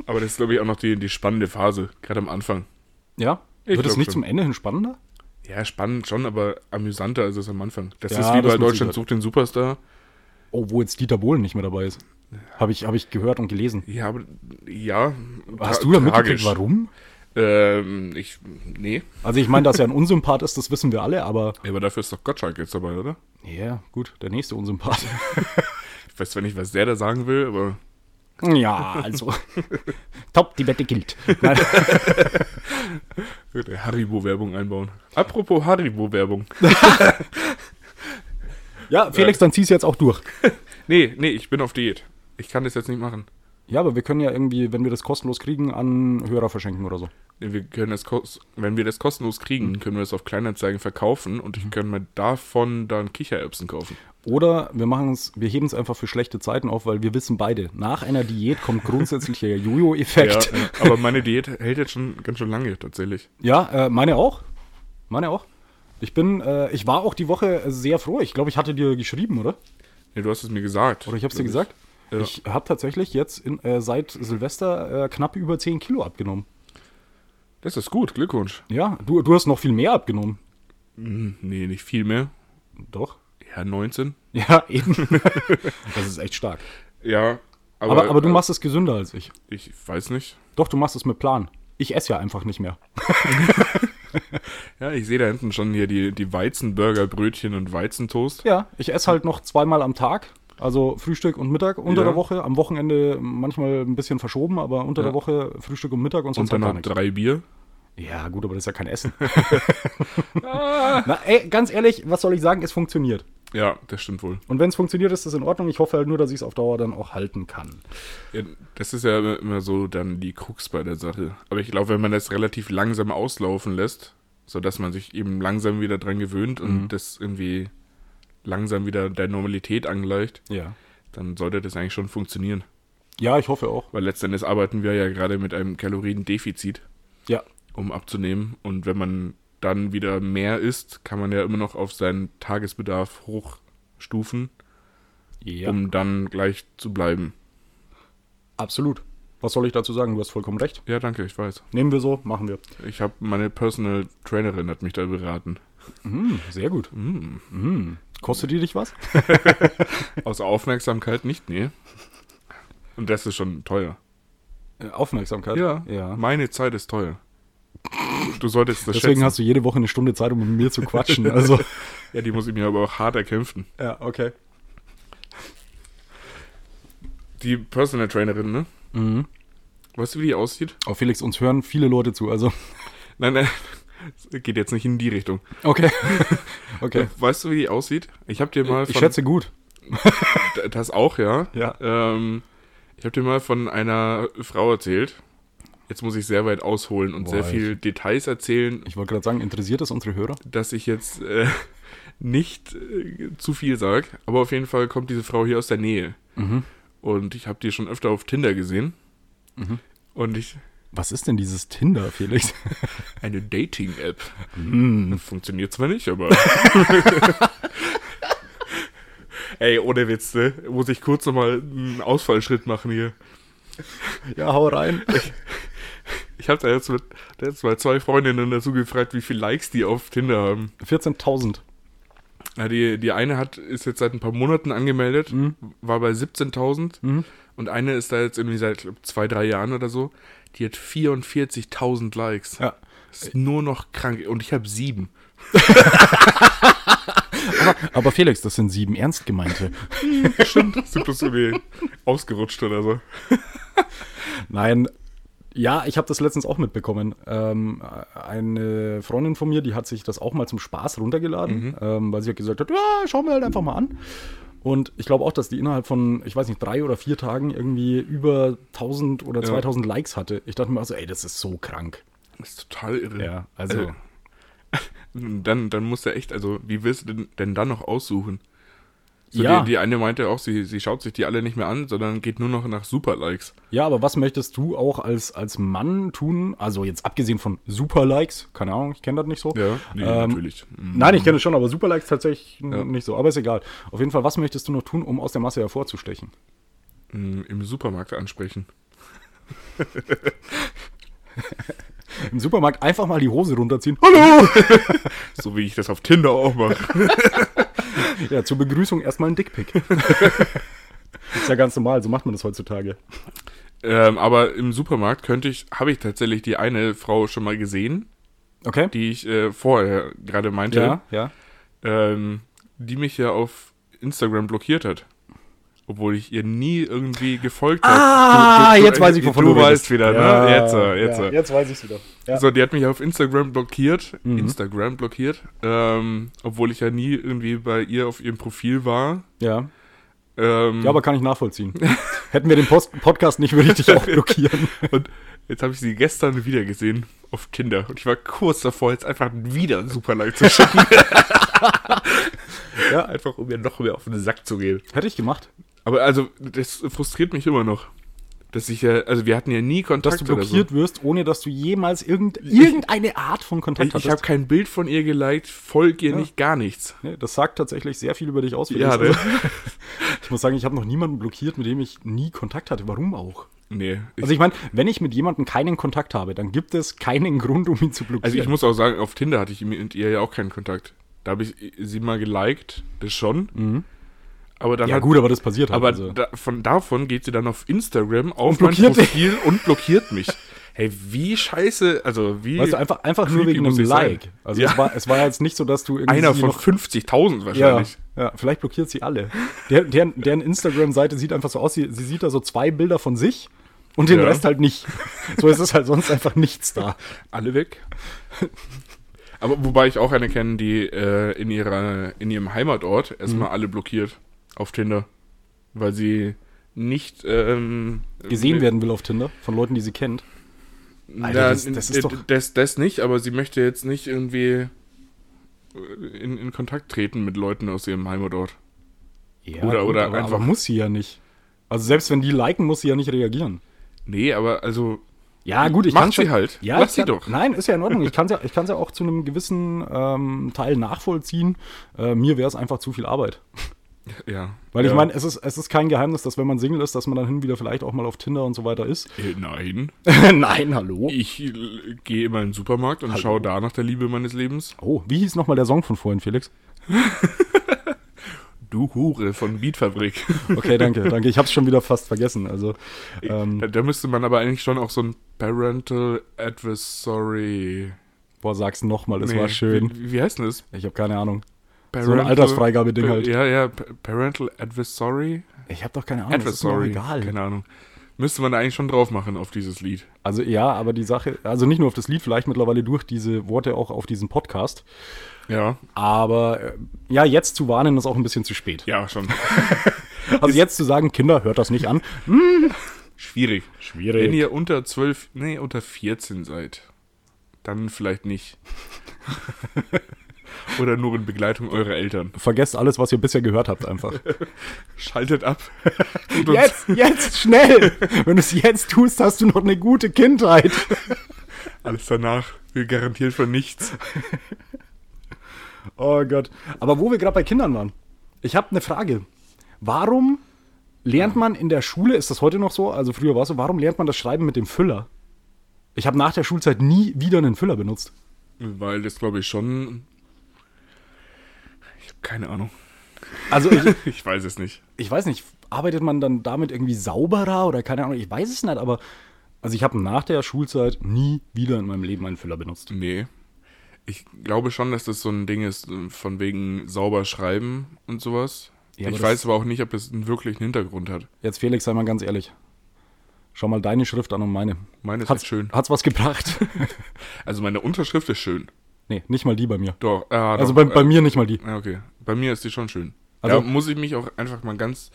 [SPEAKER 1] Aber das ist, glaube ich, auch noch die, die spannende Phase, gerade am Anfang.
[SPEAKER 2] Ja?
[SPEAKER 1] Ich
[SPEAKER 2] Wird es
[SPEAKER 1] glaub
[SPEAKER 2] nicht
[SPEAKER 1] schon.
[SPEAKER 2] zum Ende hin spannender?
[SPEAKER 1] Ja, spannend schon, aber amüsanter ist es am Anfang. Das
[SPEAKER 2] Ja,
[SPEAKER 1] ist wie
[SPEAKER 2] das
[SPEAKER 1] bei
[SPEAKER 2] muss
[SPEAKER 1] Deutschland
[SPEAKER 2] ich-
[SPEAKER 1] sucht den Superstar.
[SPEAKER 2] Oh, wo jetzt Dieter Bohlen nicht mehr dabei ist. Habe ich, hab ich gehört und gelesen.
[SPEAKER 1] Ja, aber, ja.
[SPEAKER 2] Hast
[SPEAKER 1] tra-
[SPEAKER 2] du da
[SPEAKER 1] tragisch.
[SPEAKER 2] mitgekriegt, warum?
[SPEAKER 1] Ähm, ich, nee.
[SPEAKER 2] Also ich meine, dass er ein Unsympath ist, das wissen wir alle, aber
[SPEAKER 1] Ja, aber dafür ist doch Gottschalk jetzt dabei, oder?
[SPEAKER 2] Ja, gut, der nächste Unsympath.
[SPEAKER 1] Ich weiß zwar nicht, was der da sagen will, aber
[SPEAKER 2] ja, also. Top, die Wette gilt. Nein,
[SPEAKER 1] würde Haribo-Werbung einbauen. Apropos Haribo-Werbung.
[SPEAKER 2] ja, äh, Felix, dann zieh's jetzt auch durch.
[SPEAKER 1] Nee, nee, ich bin auf Diät. Ich kann das jetzt nicht machen.
[SPEAKER 2] Ja, aber wir können ja irgendwie, wenn wir das kostenlos kriegen, an Hörer verschenken oder so.
[SPEAKER 1] Wir können das kos- wenn wir das kostenlos kriegen, können wir das auf Kleinanzeigen verkaufen und
[SPEAKER 2] Mhm.
[SPEAKER 1] ich kann mir davon dann Kichererbsen kaufen.
[SPEAKER 2] Oder wir machen es, wir heben es einfach für schlechte Zeiten auf, weil wir wissen beide, nach einer Diät kommt grundsätzlich der
[SPEAKER 1] Ja,
[SPEAKER 2] Jojo-Effekt.
[SPEAKER 1] äh, aber meine Diät hält jetzt schon ganz schön lange tatsächlich.
[SPEAKER 2] Ja, äh, meine auch. Meine auch. Ich bin, äh, ich war auch die Woche sehr froh. Ich glaube, ich hatte dir geschrieben, oder?
[SPEAKER 1] Nee, du hast es mir gesagt.
[SPEAKER 2] Oder ich hab's dir gesagt.
[SPEAKER 1] Ja.
[SPEAKER 2] Ich habe tatsächlich jetzt in, äh, seit Silvester äh, knapp über 10 Kilo abgenommen.
[SPEAKER 1] Das ist gut, Glückwunsch.
[SPEAKER 2] Ja, du, du hast noch viel mehr abgenommen.
[SPEAKER 1] Hm, Nee, nicht viel mehr.
[SPEAKER 2] Doch.
[SPEAKER 1] Ja, 19.
[SPEAKER 2] Ja, eben. das ist echt stark.
[SPEAKER 1] Ja,
[SPEAKER 2] Aber, äh, aber, du machst es gesünder als ich.
[SPEAKER 1] äh, Ich weiß nicht.
[SPEAKER 2] Doch, du machst es mit Plan. Ich esse ja einfach nicht mehr.
[SPEAKER 1] Ja, ich sehe da hinten schon hier die, die Weizenburger, Brötchen und Weizentoast.
[SPEAKER 2] Ja, ich esse halt noch zweimal am Tag. Also Frühstück und Mittag unter
[SPEAKER 1] Ja.
[SPEAKER 2] der Woche. Am Wochenende manchmal ein bisschen verschoben, aber unter der Woche Frühstück und Mittag und sonst
[SPEAKER 1] und dann
[SPEAKER 2] halt
[SPEAKER 1] noch drei Bier.
[SPEAKER 2] Ja, gut, aber das ist ja kein Essen. Na, ey, ganz ehrlich, was soll ich sagen? Es funktioniert.
[SPEAKER 1] Ja, das stimmt wohl.
[SPEAKER 2] Und wenn es funktioniert, ist das in Ordnung. Ich hoffe halt nur, dass ich es auf Dauer dann auch halten kann.
[SPEAKER 1] Ja, das ist ja immer- immer so dann die Krux bei der Sache. Aber ich glaube, wenn man das relativ langsam auslaufen lässt, sodass man sich eben langsam wieder dran gewöhnt
[SPEAKER 2] Mhm.
[SPEAKER 1] und das irgendwie langsam wieder der Normalität angleicht,
[SPEAKER 2] Ja.
[SPEAKER 1] dann sollte das eigentlich schon funktionieren.
[SPEAKER 2] Ja, ich hoffe auch.
[SPEAKER 1] Weil letztendlich arbeiten wir ja gerade mit einem Kaloriendefizit,
[SPEAKER 2] Ja,
[SPEAKER 1] um abzunehmen. Und wenn man dann wieder mehr isst, kann man ja immer noch auf seinen Tagesbedarf hochstufen,
[SPEAKER 2] ja.
[SPEAKER 1] um dann gleich zu bleiben.
[SPEAKER 2] absolut. Was soll ich dazu sagen? Du hast vollkommen recht.
[SPEAKER 1] Ja, danke, ich weiß.
[SPEAKER 2] Nehmen wir so, machen wir.
[SPEAKER 1] Ich habe meine Personal Trainerin hat mich da beraten.
[SPEAKER 2] Mm, sehr gut. Mm. Kostet die dich was?
[SPEAKER 1] Aus Aufmerksamkeit nicht, nee. Und das ist schon teuer.
[SPEAKER 2] Äh, Aufmerksamkeit.
[SPEAKER 1] Ja,
[SPEAKER 2] ja.
[SPEAKER 1] meine Zeit ist teuer. Du solltest das
[SPEAKER 2] Deswegen
[SPEAKER 1] schätzen.
[SPEAKER 2] hast du jede Woche eine Stunde Zeit, um mit mir zu quatschen. Also,
[SPEAKER 1] ja, die muss ich mir aber auch hart erkämpfen.
[SPEAKER 2] ja, okay.
[SPEAKER 1] Die Personal Trainerin, ne?
[SPEAKER 2] Mhm.
[SPEAKER 1] Weißt du, wie die aussieht?
[SPEAKER 2] Auf Felix, uns hören viele Leute zu. Also,
[SPEAKER 1] Nein, nein, es geht jetzt nicht in die Richtung.
[SPEAKER 2] okay. okay.
[SPEAKER 1] Weißt du, wie die aussieht? Ich habe dir mal
[SPEAKER 2] Ich schätze gut.
[SPEAKER 1] d- das auch, ja.
[SPEAKER 2] Ja.
[SPEAKER 1] Ähm, ich habe dir mal von einer Frau erzählt. Jetzt muss ich sehr weit ausholen und
[SPEAKER 2] Boah,
[SPEAKER 1] sehr viel Details erzählen,
[SPEAKER 2] Ich wollte gerade sagen, interessiert das unsere Hörer?
[SPEAKER 1] dass ich jetzt äh, nicht äh, zu viel sage. Aber auf jeden Fall kommt diese Frau hier aus der Nähe.
[SPEAKER 2] Mhm.
[SPEAKER 1] Und ich habe die schon öfter auf Tinder gesehen.
[SPEAKER 2] Mhm.
[SPEAKER 1] Und ich.
[SPEAKER 2] Was ist denn dieses Tinder, Felix?
[SPEAKER 1] Eine Dating-App. Funktioniert zwar nicht, aber. Ey, ohne Witz, ne? Muss ich kurz nochmal einen Ausfallschritt machen hier.
[SPEAKER 2] ja, hau rein.
[SPEAKER 1] Ich habe da jetzt mit da jetzt mal zwei Freundinnen dazu gefragt, wie viele Likes die auf Tinder haben.
[SPEAKER 2] 14.000.
[SPEAKER 1] Na, die, die eine hat, ist jetzt seit ein paar Monaten angemeldet, war bei 17.000 und eine ist da jetzt irgendwie seit glaub, zwei, drei Jahren oder so. Die hat 44.000 Likes.
[SPEAKER 2] Ja.
[SPEAKER 1] Ist nur noch krank und ich habe sieben.
[SPEAKER 2] Aber Felix, das sind sieben ernst gemeinte.
[SPEAKER 1] Stimmt. Sind das irgendwie ausgerutscht oder so?
[SPEAKER 2] Nein. Ja, ich habe das letztens auch mitbekommen. Ähm, eine Freundin von mir, die hat sich das auch mal zum Spaß runtergeladen, ähm, weil sie halt gesagt hat, ja, schauen wir halt einfach mal an. Und ich glaube auch, dass die innerhalb von, ich weiß nicht, drei oder vier Tagen irgendwie über 1000 oder 2000 Likes hatte. Ich dachte mir also, ey, das ist so krank.
[SPEAKER 1] Das ist total irre.
[SPEAKER 2] Ja, also,
[SPEAKER 1] Also- Dann, dann muss er echt, also wie willst du denn, denn dann noch aussuchen? So
[SPEAKER 2] Ja.
[SPEAKER 1] die, die eine meinte auch, sie, sie schaut sich die alle nicht mehr an, sondern geht nur noch nach Superlikes.
[SPEAKER 2] ja, aber was möchtest du auch als, als Mann tun? Also jetzt abgesehen von Super-Likes, keine Ahnung, ich kenne das nicht so.
[SPEAKER 1] nee,
[SPEAKER 2] Ähm,
[SPEAKER 1] natürlich. Mhm.
[SPEAKER 2] Nein, ich kenne es schon, aber Superlikes tatsächlich n- nicht so. Aber ist egal. Auf jeden Fall, was möchtest du noch tun, um aus der Masse hervorzustechen?
[SPEAKER 1] Mhm, Im Supermarkt ansprechen.
[SPEAKER 2] Im Supermarkt einfach mal die Hose runterziehen. Hallo!
[SPEAKER 1] So wie ich das auf Tinder auch mache.
[SPEAKER 2] Ja, zur Begrüßung erstmal ein Dickpick. ist ja ganz normal, so macht man das heutzutage.
[SPEAKER 1] ähm, aber im Supermarkt könnte ich, habe ich tatsächlich die eine Frau schon mal gesehen,
[SPEAKER 2] Okay?
[SPEAKER 1] die ich äh, vorher gerade meinte,
[SPEAKER 2] ja.
[SPEAKER 1] ähm, die mich ja auf Instagram blockiert hat. Obwohl ich ihr nie irgendwie gefolgt habe.
[SPEAKER 2] Ah, jetzt weiß ich, wovon
[SPEAKER 1] du
[SPEAKER 2] du,
[SPEAKER 1] weißt
[SPEAKER 2] redest.
[SPEAKER 1] wieder,
[SPEAKER 2] ja,
[SPEAKER 1] ne? Jetzt, äh, jetzt.
[SPEAKER 2] Ja,
[SPEAKER 1] äh.
[SPEAKER 2] jetzt weiß ich es wieder. Ja. Mhm.
[SPEAKER 1] So, die hat mich auf Instagram blockiert. Instagram blockiert. Ähm, obwohl ich ja nie irgendwie bei ihr auf ihrem Profil war.
[SPEAKER 2] ja.
[SPEAKER 1] Ähm,
[SPEAKER 2] ja, aber kann ich nachvollziehen. Hätten wir den Post Podcast nicht, würde ich dich auch blockieren.
[SPEAKER 1] Und jetzt habe ich sie gestern wieder gesehen auf Tinder. Und ich war kurz davor, jetzt einfach wieder einen Superlike zu schicken.
[SPEAKER 2] Ja.
[SPEAKER 1] Einfach, um mir noch mehr auf den Sack zu gehen.
[SPEAKER 2] Hätte ich gemacht.
[SPEAKER 1] Aber also, das frustriert mich immer noch. Dass ich ja, also wir hatten ja nie Kontakt
[SPEAKER 2] Dass du blockiert wirst, ohne dass du jemals irgend, irgendeine Art von Kontakt
[SPEAKER 1] Ich, ich habe kein Bild von ihr geliked, folg ihr nicht, gar nichts.
[SPEAKER 2] Nee, Ne, das sagt tatsächlich sehr viel über dich aus.
[SPEAKER 1] Ja,
[SPEAKER 2] Felix.
[SPEAKER 1] ne?
[SPEAKER 2] ich muss sagen, ich habe noch niemanden blockiert, mit dem ich nie Kontakt hatte. Warum auch?
[SPEAKER 1] Nee. Ich,
[SPEAKER 2] Also ich meine, wenn ich mit jemandem keinen Kontakt habe, dann gibt es keinen Grund, um ihn zu blockieren.
[SPEAKER 1] also ich muss auch sagen, auf Tinder hatte ich mit ihr ja auch keinen Kontakt. Da habe ich sie mal geliked, das schon. Aber dann
[SPEAKER 2] Mhm. ja
[SPEAKER 1] hat
[SPEAKER 2] gut, aber das passiert halt.
[SPEAKER 1] Aber
[SPEAKER 2] also.
[SPEAKER 1] da, von, davon geht sie dann auf Instagram auf mein
[SPEAKER 2] blockiert dich.
[SPEAKER 1] Profil und blockiert mich. Hey, wie scheiße, also wie.
[SPEAKER 2] Weißt du, einfach, einfach nur
[SPEAKER 1] creepy
[SPEAKER 2] wegen
[SPEAKER 1] muss
[SPEAKER 2] einem
[SPEAKER 1] ich sein?
[SPEAKER 2] Like. Also
[SPEAKER 1] Ja.
[SPEAKER 2] es, war, es war jetzt nicht so, dass du irgendwie
[SPEAKER 1] einer
[SPEAKER 2] sie
[SPEAKER 1] von
[SPEAKER 2] noch,
[SPEAKER 1] 50.000
[SPEAKER 2] ja,
[SPEAKER 1] wahrscheinlich.
[SPEAKER 2] ja, vielleicht blockiert sie alle. Der, deren deren Instagram-Seite sieht einfach so aus, sie, sie sieht da so zwei Bilder von sich und den
[SPEAKER 1] Ja.
[SPEAKER 2] Rest halt nicht. So ist es halt sonst einfach nichts da.
[SPEAKER 1] Alle weg. Aber wobei ich auch eine kenne, die äh, in, ihrer, in ihrem Heimatort erstmal
[SPEAKER 2] Mhm.
[SPEAKER 1] alle blockiert auf Tinder. Weil sie nicht ähm,
[SPEAKER 2] Gesehen werden will auf Tinder von Leuten, die sie kennt. Alter,
[SPEAKER 1] Ja,
[SPEAKER 2] das- das ist
[SPEAKER 1] äh,
[SPEAKER 2] doch-
[SPEAKER 1] das, das nicht, aber sie möchte jetzt nicht irgendwie äh, in, in Kontakt treten mit Leuten aus ihrem Heimatort.
[SPEAKER 2] Ja,
[SPEAKER 1] Oder- oder
[SPEAKER 2] aber,
[SPEAKER 1] einfach-
[SPEAKER 2] aber muss sie ja nicht. Also selbst wenn die liken, muss sie ja nicht reagieren.
[SPEAKER 1] nee, aber also,
[SPEAKER 2] Ja, gut, ich
[SPEAKER 1] Macht
[SPEAKER 2] kann's
[SPEAKER 1] sie
[SPEAKER 2] schon-
[SPEAKER 1] halt.
[SPEAKER 2] Ja,
[SPEAKER 1] Macht
[SPEAKER 2] ich
[SPEAKER 1] sie
[SPEAKER 2] kann,
[SPEAKER 1] doch.
[SPEAKER 2] Nein, ist ja in Ordnung. Ich kann es ja, ich kann's ja auch zu einem gewissen ähm, Teil nachvollziehen. Äh, mir wäre es einfach zu viel Arbeit.
[SPEAKER 1] ja.
[SPEAKER 2] Weil ich
[SPEAKER 1] Ja.
[SPEAKER 2] meine, es ist, es ist kein Geheimnis, dass wenn man Single ist, dass man dann hin und wieder vielleicht auch mal auf Tinder und so weiter ist.
[SPEAKER 1] Äh, nein.
[SPEAKER 2] nein, hallo.
[SPEAKER 1] Ich äh, gehe immer in den Supermarkt und schaue da nach der Liebe meines Lebens.
[SPEAKER 2] Oh, wie hieß nochmal der Song von vorhin, Felix?
[SPEAKER 1] Du Hure von Beatfabrik.
[SPEAKER 2] Okay, danke, danke. Ich habe es schon wieder fast vergessen. Also, ähm,
[SPEAKER 1] Da, da müsste man aber eigentlich schon auch so ein Parental Advisory.
[SPEAKER 2] boah, sag's nochmal, es
[SPEAKER 1] Nee,
[SPEAKER 2] war schön.
[SPEAKER 1] Wie, wie heißt denn das?
[SPEAKER 2] Ich habe keine Ahnung.
[SPEAKER 1] Parental,
[SPEAKER 2] Altersfreigabeding halt.
[SPEAKER 1] Ja, ja, Pa- Parental Advisory.
[SPEAKER 2] Ich habe doch keine Ahnung. Ah, das ist mir doch
[SPEAKER 1] Advisory.
[SPEAKER 2] egal.
[SPEAKER 1] Keine Ahnung. Müsste man da eigentlich schon drauf machen auf dieses Lied.
[SPEAKER 2] Also ja, aber die Sache, also nicht nur auf das Lied, vielleicht mittlerweile durch diese Worte auch auf diesen Podcast.
[SPEAKER 1] Ja,
[SPEAKER 2] Aber äh, ja, jetzt zu warnen ist auch ein bisschen zu spät.
[SPEAKER 1] ja, schon.
[SPEAKER 2] Also jetzt zu sagen, Kinder, hört das nicht an.
[SPEAKER 1] Schwierig.
[SPEAKER 2] Schwierig.
[SPEAKER 1] Wenn ihr unter 12, nee, unter 14 seid, dann vielleicht nicht. Oder nur in Begleitung eurer Eltern.
[SPEAKER 2] Vergesst alles, was ihr bisher gehört habt einfach.
[SPEAKER 1] Schaltet ab. Tut uns-
[SPEAKER 2] Jetzt, jetzt, schnell! Wenn du es jetzt tust, hast du noch eine gute Kindheit.
[SPEAKER 1] Alles danach. Wir garantiert von nichts.
[SPEAKER 2] Oh Gott. Aber wo wir gerade bei Kindern waren. Ich habe eine Frage. Warum lernt man in der Schule, ist das heute noch so, also früher war es so, warum lernt man das Schreiben mit dem Füller? Ich habe nach der Schulzeit nie wieder einen Füller benutzt.
[SPEAKER 1] Weil das, glaube ich, schon. Ich habe keine Ahnung.
[SPEAKER 2] Also ich,
[SPEAKER 1] Ich weiß es nicht.
[SPEAKER 2] ich weiß nicht, arbeitet man dann damit irgendwie sauberer oder keine Ahnung, ich weiß es nicht, aber also ich habe nach der Schulzeit nie wieder in meinem Leben einen Füller benutzt.
[SPEAKER 1] Nee. Ich glaube schon, dass das so ein Ding ist, äh, von wegen sauber schreiben und sowas.
[SPEAKER 2] Ja, aber
[SPEAKER 1] ich
[SPEAKER 2] das-
[SPEAKER 1] weiß aber auch nicht, ob das einen wirklichen Hintergrund hat.
[SPEAKER 2] Jetzt Felix, sei mal ganz ehrlich. Schau mal deine Schrift an und meine.
[SPEAKER 1] Meine ist
[SPEAKER 2] hat's,
[SPEAKER 1] echt schön.
[SPEAKER 2] Hat's was gebracht?
[SPEAKER 1] Also meine Unterschrift ist schön.
[SPEAKER 2] nee, nicht mal die bei mir.
[SPEAKER 1] Doch. Ah,
[SPEAKER 2] Also
[SPEAKER 1] doch,
[SPEAKER 2] bei, bei mir nicht mal die.
[SPEAKER 1] Ja, okay. Bei mir ist die schon schön.
[SPEAKER 2] Also-
[SPEAKER 1] Also da muss ich mich auch einfach mal ganz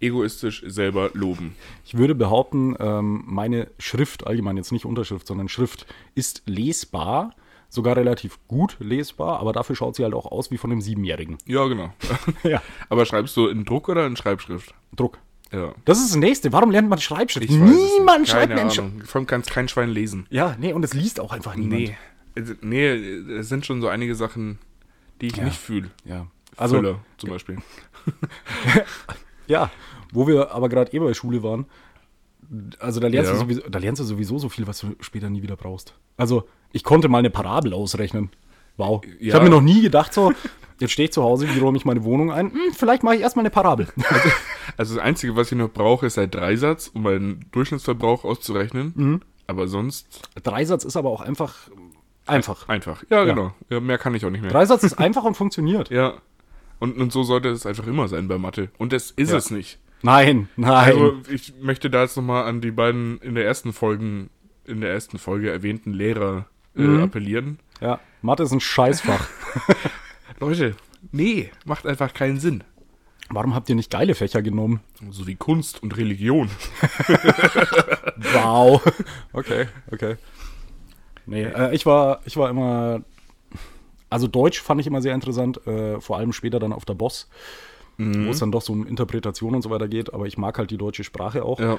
[SPEAKER 1] egoistisch selber loben.
[SPEAKER 2] Ich würde behaupten, ähm, meine Schrift, allgemein jetzt nicht Unterschrift, sondern Schrift, ist lesbar, sogar relativ gut lesbar, aber dafür schaut sie halt auch aus wie von einem Siebenjährigen.
[SPEAKER 1] Ja, genau.
[SPEAKER 2] Ja.
[SPEAKER 1] Aber schreibst du in Druck oder in Schreibschrift?
[SPEAKER 2] Druck.
[SPEAKER 1] Ja.
[SPEAKER 2] Das ist das Nächste. Warum lernt man Schreibschrift?
[SPEAKER 1] Ich weiß es nicht.
[SPEAKER 2] Niemand schreibt
[SPEAKER 1] Keine
[SPEAKER 2] einen Sch-
[SPEAKER 1] Ahnung. Vor allem kann es kein Schwein lesen.
[SPEAKER 2] Ja, nee, und es liest auch einfach niemand.
[SPEAKER 1] Nee. Also, nee, es sind schon so einige Sachen, die ich nicht fühle.
[SPEAKER 2] Ja. Also,
[SPEAKER 1] Fülle zum Beispiel.
[SPEAKER 2] ja, wo wir aber gerade eh bei Schule waren, also da lernst, du
[SPEAKER 1] Ja.
[SPEAKER 2] sowieso, da lernst du sowieso so viel, was du später nie wieder brauchst. Also, ich konnte mal eine Parabel ausrechnen. Wow. Ich
[SPEAKER 1] Ja.
[SPEAKER 2] habe mir noch nie gedacht, so, jetzt stehe ich zu Hause, wie räume ich meine Wohnung ein? Hm, vielleicht mache ich erstmal eine Parabel.
[SPEAKER 1] Also das Einzige, was ich noch brauche, ist ein Dreisatz, um meinen Durchschnittsverbrauch auszurechnen. Aber sonst
[SPEAKER 2] Dreisatz ist aber auch einfach. Einfach.
[SPEAKER 1] einfach. Ja, genau. Ja, mehr kann ich auch nicht mehr.
[SPEAKER 2] Dreisatz ist einfach und funktioniert.
[SPEAKER 1] Ja. Und, und so sollte es einfach immer sein bei Mathe. Und das ist es nicht.
[SPEAKER 2] Nein, nein.
[SPEAKER 1] Also ich möchte da jetzt nochmal an die beiden in der ersten Folgen, in der ersten Folge erwähnten Lehrer äh, appellieren.
[SPEAKER 2] ja, Mathe ist ein Scheißfach.
[SPEAKER 1] Leute, nee, macht einfach keinen Sinn.
[SPEAKER 2] Warum habt ihr nicht geile Fächer genommen?
[SPEAKER 1] So wie Kunst und Religion.
[SPEAKER 2] Wow. Okay, okay. Nee, äh, ich, war, ich war immer. Also, Deutsch fand ich immer sehr interessant, äh, vor allem später dann auf der Boss,
[SPEAKER 1] Mhm.
[SPEAKER 2] wo es dann doch so um Interpretation und so weiter geht. Aber ich mag halt die deutsche Sprache auch.
[SPEAKER 1] Ja.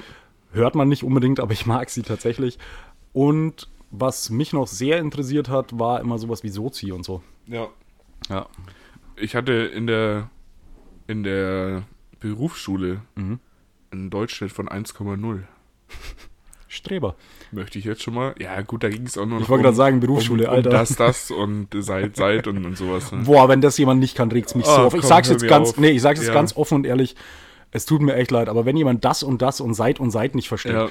[SPEAKER 2] Hört man nicht unbedingt, aber ich mag sie tatsächlich. Und was mich noch sehr interessiert hat, war immer sowas wie Sozi und so.
[SPEAKER 1] Ja.
[SPEAKER 2] Ja.
[SPEAKER 1] ich hatte in der in der Berufsschule
[SPEAKER 2] Mhm.
[SPEAKER 1] einen Deutschschnitt von 1,0.
[SPEAKER 2] Streber.
[SPEAKER 1] Möchte ich jetzt schon mal. Ja, gut, da ging es auch nur noch
[SPEAKER 2] Ich wollte gerade sagen, Berufsschule,
[SPEAKER 1] um, um
[SPEAKER 2] Alter.
[SPEAKER 1] das, das und seid, seid und, und sowas. Ne?
[SPEAKER 2] Boah, wenn das jemand nicht kann, regt's mich so
[SPEAKER 1] Ah,
[SPEAKER 2] auf. Ich
[SPEAKER 1] komm,
[SPEAKER 2] sag's
[SPEAKER 1] hör
[SPEAKER 2] jetzt
[SPEAKER 1] mir
[SPEAKER 2] ganz,
[SPEAKER 1] auf.
[SPEAKER 2] nee, ich sag's jetzt
[SPEAKER 1] Ja.
[SPEAKER 2] ganz offen und ehrlich. Es tut mir echt leid, aber wenn jemand das und das und seit und seit nicht versteht,
[SPEAKER 1] Ja,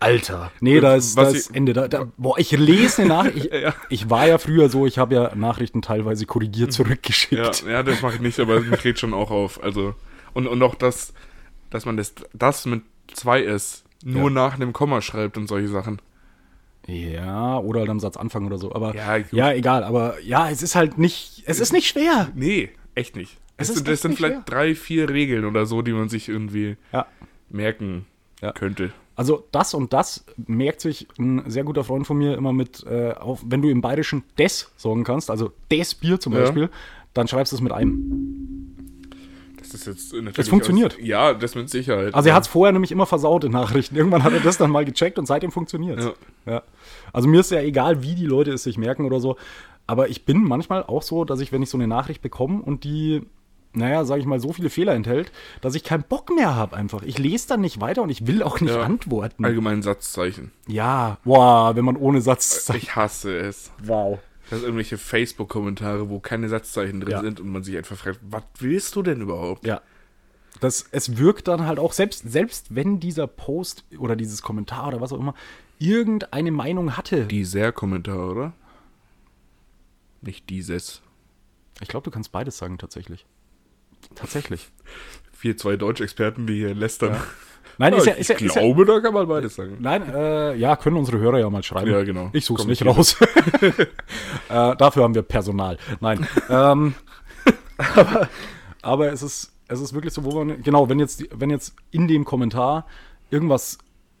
[SPEAKER 2] Alter, nee, da ist, da
[SPEAKER 1] Was
[SPEAKER 2] ist
[SPEAKER 1] ich-
[SPEAKER 2] Ende. Da, da, boah, ich lese eine Nachricht. Ich,
[SPEAKER 1] Ja. Mhm.
[SPEAKER 2] ich war ja früher so, ich habe ja Nachrichten teilweise
[SPEAKER 1] ja,
[SPEAKER 2] korrigiert zurückgeschickt.
[SPEAKER 1] ja, das mache ich nicht, aber mich regt schon auch auf. Also, und, und auch das, dass man das, das mit 2S nur nach einem Komma schreibt und solche Sachen.
[SPEAKER 2] Ja, oder halt am Satzanfang oder so. Aber ja,
[SPEAKER 1] Ja, gut.
[SPEAKER 2] egal. Aber ja, es ist halt nicht, es ist nicht schwer.
[SPEAKER 1] Nee, echt nicht. Das,
[SPEAKER 2] Es ist
[SPEAKER 1] sind, das
[SPEAKER 2] echt
[SPEAKER 1] sind
[SPEAKER 2] nicht
[SPEAKER 1] vielleicht
[SPEAKER 2] schwer.
[SPEAKER 1] drei, vier Regeln oder so, die man sich irgendwie
[SPEAKER 2] Ja.
[SPEAKER 1] merken
[SPEAKER 2] Ja.
[SPEAKER 1] könnte.
[SPEAKER 2] Also das und das merkt sich ein sehr guter Freund von mir immer mit, äh, auf, wenn du im Bayerischen des sagen kannst, also des Bier zum
[SPEAKER 1] Ja.
[SPEAKER 2] Beispiel, dann schreibst du es mit einem.
[SPEAKER 1] Das das ist jetzt natürlich.
[SPEAKER 2] Es funktioniert.
[SPEAKER 1] aus- ja, das mit Sicherheit.
[SPEAKER 2] Also er hat es vorher nämlich immer versaut in Nachrichten. Irgendwann hat er das dann mal gecheckt und seitdem funktioniert es. Ja. Also mir ist ja egal, wie die Leute es sich merken oder so. Aber ich bin manchmal auch so, dass ich, wenn ich so eine Nachricht bekomme und die, naja, sage ich mal, so viele Fehler enthält, dass ich keinen Bock mehr habe einfach. Ich lese dann nicht weiter und ich will auch nicht
[SPEAKER 1] Ja. Also
[SPEAKER 2] antworten.
[SPEAKER 1] allgemein Satzzeichen.
[SPEAKER 2] ja, wow, wenn man ohne Satz sagt.
[SPEAKER 1] Ich hasse es.
[SPEAKER 2] Wow.
[SPEAKER 1] Das sind irgendwelche Facebook-Kommentare, wo keine Satzzeichen drin
[SPEAKER 2] Ja.
[SPEAKER 1] sind und man sich einfach fragt, was willst du denn überhaupt?
[SPEAKER 2] Ja. Das, es wirkt dann halt auch, selbst, selbst wenn dieser Post oder dieses Kommentar oder was auch immer irgendeine Meinung hatte.
[SPEAKER 1] Die sehr-Kommentare, oder? Nicht dieses.
[SPEAKER 2] Ich glaube, du kannst beides sagen, tatsächlich. Tatsächlich.
[SPEAKER 1] Wir zwei Deutschexperten, die hier lästern.
[SPEAKER 2] Nein, ist ja,
[SPEAKER 1] ich
[SPEAKER 2] ist ja, ist ja,
[SPEAKER 1] glaube, da kann man beides sagen.
[SPEAKER 2] nein äh, ja, können unsere Hörer ja mal schreiben.
[SPEAKER 1] Ja, genau.
[SPEAKER 2] Ich such's nicht
[SPEAKER 1] Kommentiere.
[SPEAKER 2] raus. äh, dafür haben wir Personal. Nein. ähm, aber aber es, ist, es ist wirklich so, wo man, genau, wenn jetzt, die- wenn jetzt in dem Kommentar irgendwas,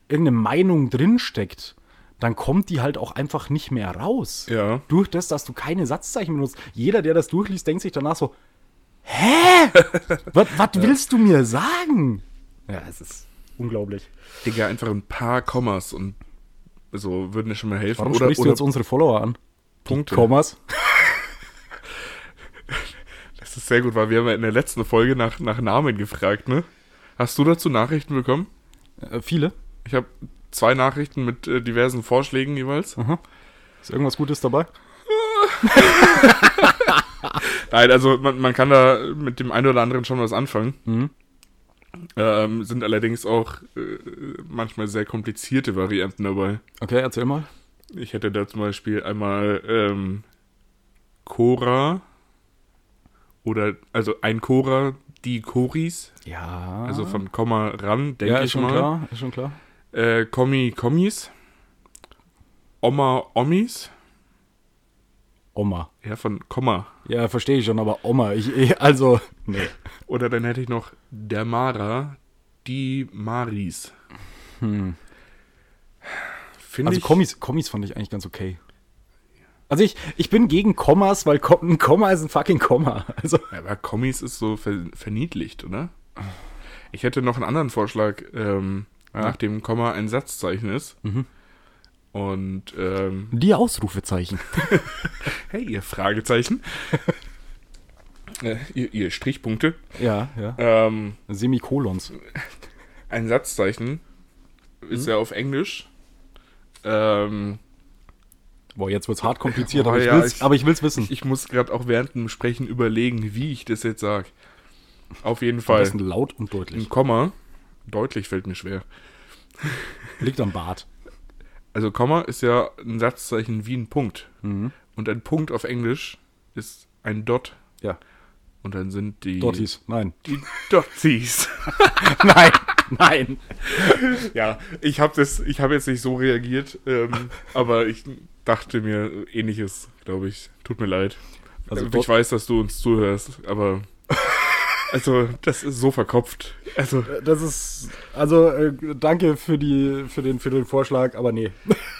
[SPEAKER 2] irgendeine Meinung drinsteckt, dann kommt die halt auch einfach nicht mehr raus.
[SPEAKER 1] Ja.
[SPEAKER 2] Durch das, dass du keine Satzzeichen benutzt. Jeder, der das durchliest, denkt sich danach so, hä? was was willst du mir sagen? Ja, es ist unglaublich.
[SPEAKER 1] Digga, einfach ein paar Kommas und so würden dir schon mal helfen.
[SPEAKER 2] Warum
[SPEAKER 1] oder
[SPEAKER 2] sprichst
[SPEAKER 1] oder
[SPEAKER 2] du jetzt unsere Follower an?
[SPEAKER 1] Punkte.
[SPEAKER 2] Kommas.
[SPEAKER 1] Das ist sehr gut, weil wir haben ja in der letzten Folge nach, nach Namen gefragt, ne? Hast du dazu Nachrichten bekommen?
[SPEAKER 2] Äh, viele.
[SPEAKER 1] Ich habe zwei Nachrichten mit äh, diversen Vorschlägen jeweils.
[SPEAKER 2] Ist irgendwas Gutes dabei?
[SPEAKER 1] Nein, also man, man kann da mit dem einen oder anderen schon was anfangen.
[SPEAKER 2] Mhm.
[SPEAKER 1] Ähm, sind allerdings auch äh, manchmal sehr komplizierte Varianten dabei.
[SPEAKER 2] Okay, erzähl mal.
[SPEAKER 1] Ich hätte da zum Beispiel einmal ähm, Cora oder also ein Cora, die Coris,
[SPEAKER 2] Ja.
[SPEAKER 1] also von Komma ran, denke
[SPEAKER 2] Ah. ja, ist
[SPEAKER 1] ich
[SPEAKER 2] schon
[SPEAKER 1] mal.
[SPEAKER 2] klar, ist schon klar.
[SPEAKER 1] Äh, Kommi Kommis, Oma Omis,
[SPEAKER 2] Oma.
[SPEAKER 1] ja von Komma.
[SPEAKER 2] Ja, verstehe ich schon, aber Oma, ich, ich also nee.
[SPEAKER 1] Oder dann hätte ich noch der Mara, die Maris. Finde
[SPEAKER 2] Hm. Also
[SPEAKER 1] ich.
[SPEAKER 2] Kommis, Kommis fand ich eigentlich ganz okay. Also ich, ich bin gegen Kommas, weil Kom ein Komma ist ein fucking Komma. Also
[SPEAKER 1] aber Kommis ist so ver verniedlicht, oder? Ich hätte noch einen anderen Vorschlag, ähm, nach dem Komma ein Satzzeichen ist.
[SPEAKER 2] Mhm.
[SPEAKER 1] Und ähm,
[SPEAKER 2] die Ausrufezeichen.
[SPEAKER 1] hey, ihr Fragezeichen. äh, ihr, ihr Strichpunkte.
[SPEAKER 2] Ja, ja.
[SPEAKER 1] Ähm,
[SPEAKER 2] Semikolons.
[SPEAKER 1] ein Satzzeichen
[SPEAKER 2] Mhm.
[SPEAKER 1] ist ja auf Englisch. Ähm,
[SPEAKER 2] Boah, jetzt wird's hart kompliziert,
[SPEAKER 1] Oh,
[SPEAKER 2] aber,
[SPEAKER 1] ja,
[SPEAKER 2] ich will's,
[SPEAKER 1] ich-
[SPEAKER 2] aber ich will's wissen.
[SPEAKER 1] ich muss gerade auch während dem Sprechen überlegen, wie ich das jetzt sage. Auf jeden
[SPEAKER 2] Am
[SPEAKER 1] Fall.
[SPEAKER 2] besten laut und
[SPEAKER 1] Ein
[SPEAKER 2] deutlich.
[SPEAKER 1] Komma, deutlich fällt mir schwer.
[SPEAKER 2] Liegt am Bart.
[SPEAKER 1] Also Komma ist ja ein Satzzeichen wie ein Punkt.
[SPEAKER 2] Mhm.
[SPEAKER 1] Und ein Punkt auf Englisch ist ein Dot.
[SPEAKER 2] Ja.
[SPEAKER 1] Und dann sind die...
[SPEAKER 2] Dottis. Nein.
[SPEAKER 1] Die Dotties.
[SPEAKER 2] nein, nein.
[SPEAKER 1] ja, ich habe hab jetzt nicht so reagiert, ähm, aber ich dachte mir ähnliches, glaube ich. Tut mir leid.
[SPEAKER 2] Also
[SPEAKER 1] Also
[SPEAKER 2] Dot-
[SPEAKER 1] ich weiß, dass du uns zuhörst, aber... Also, das ist so verkopft. Also,
[SPEAKER 2] Das ist, also äh, danke für, die, für, den, für den Vorschlag, aber nee.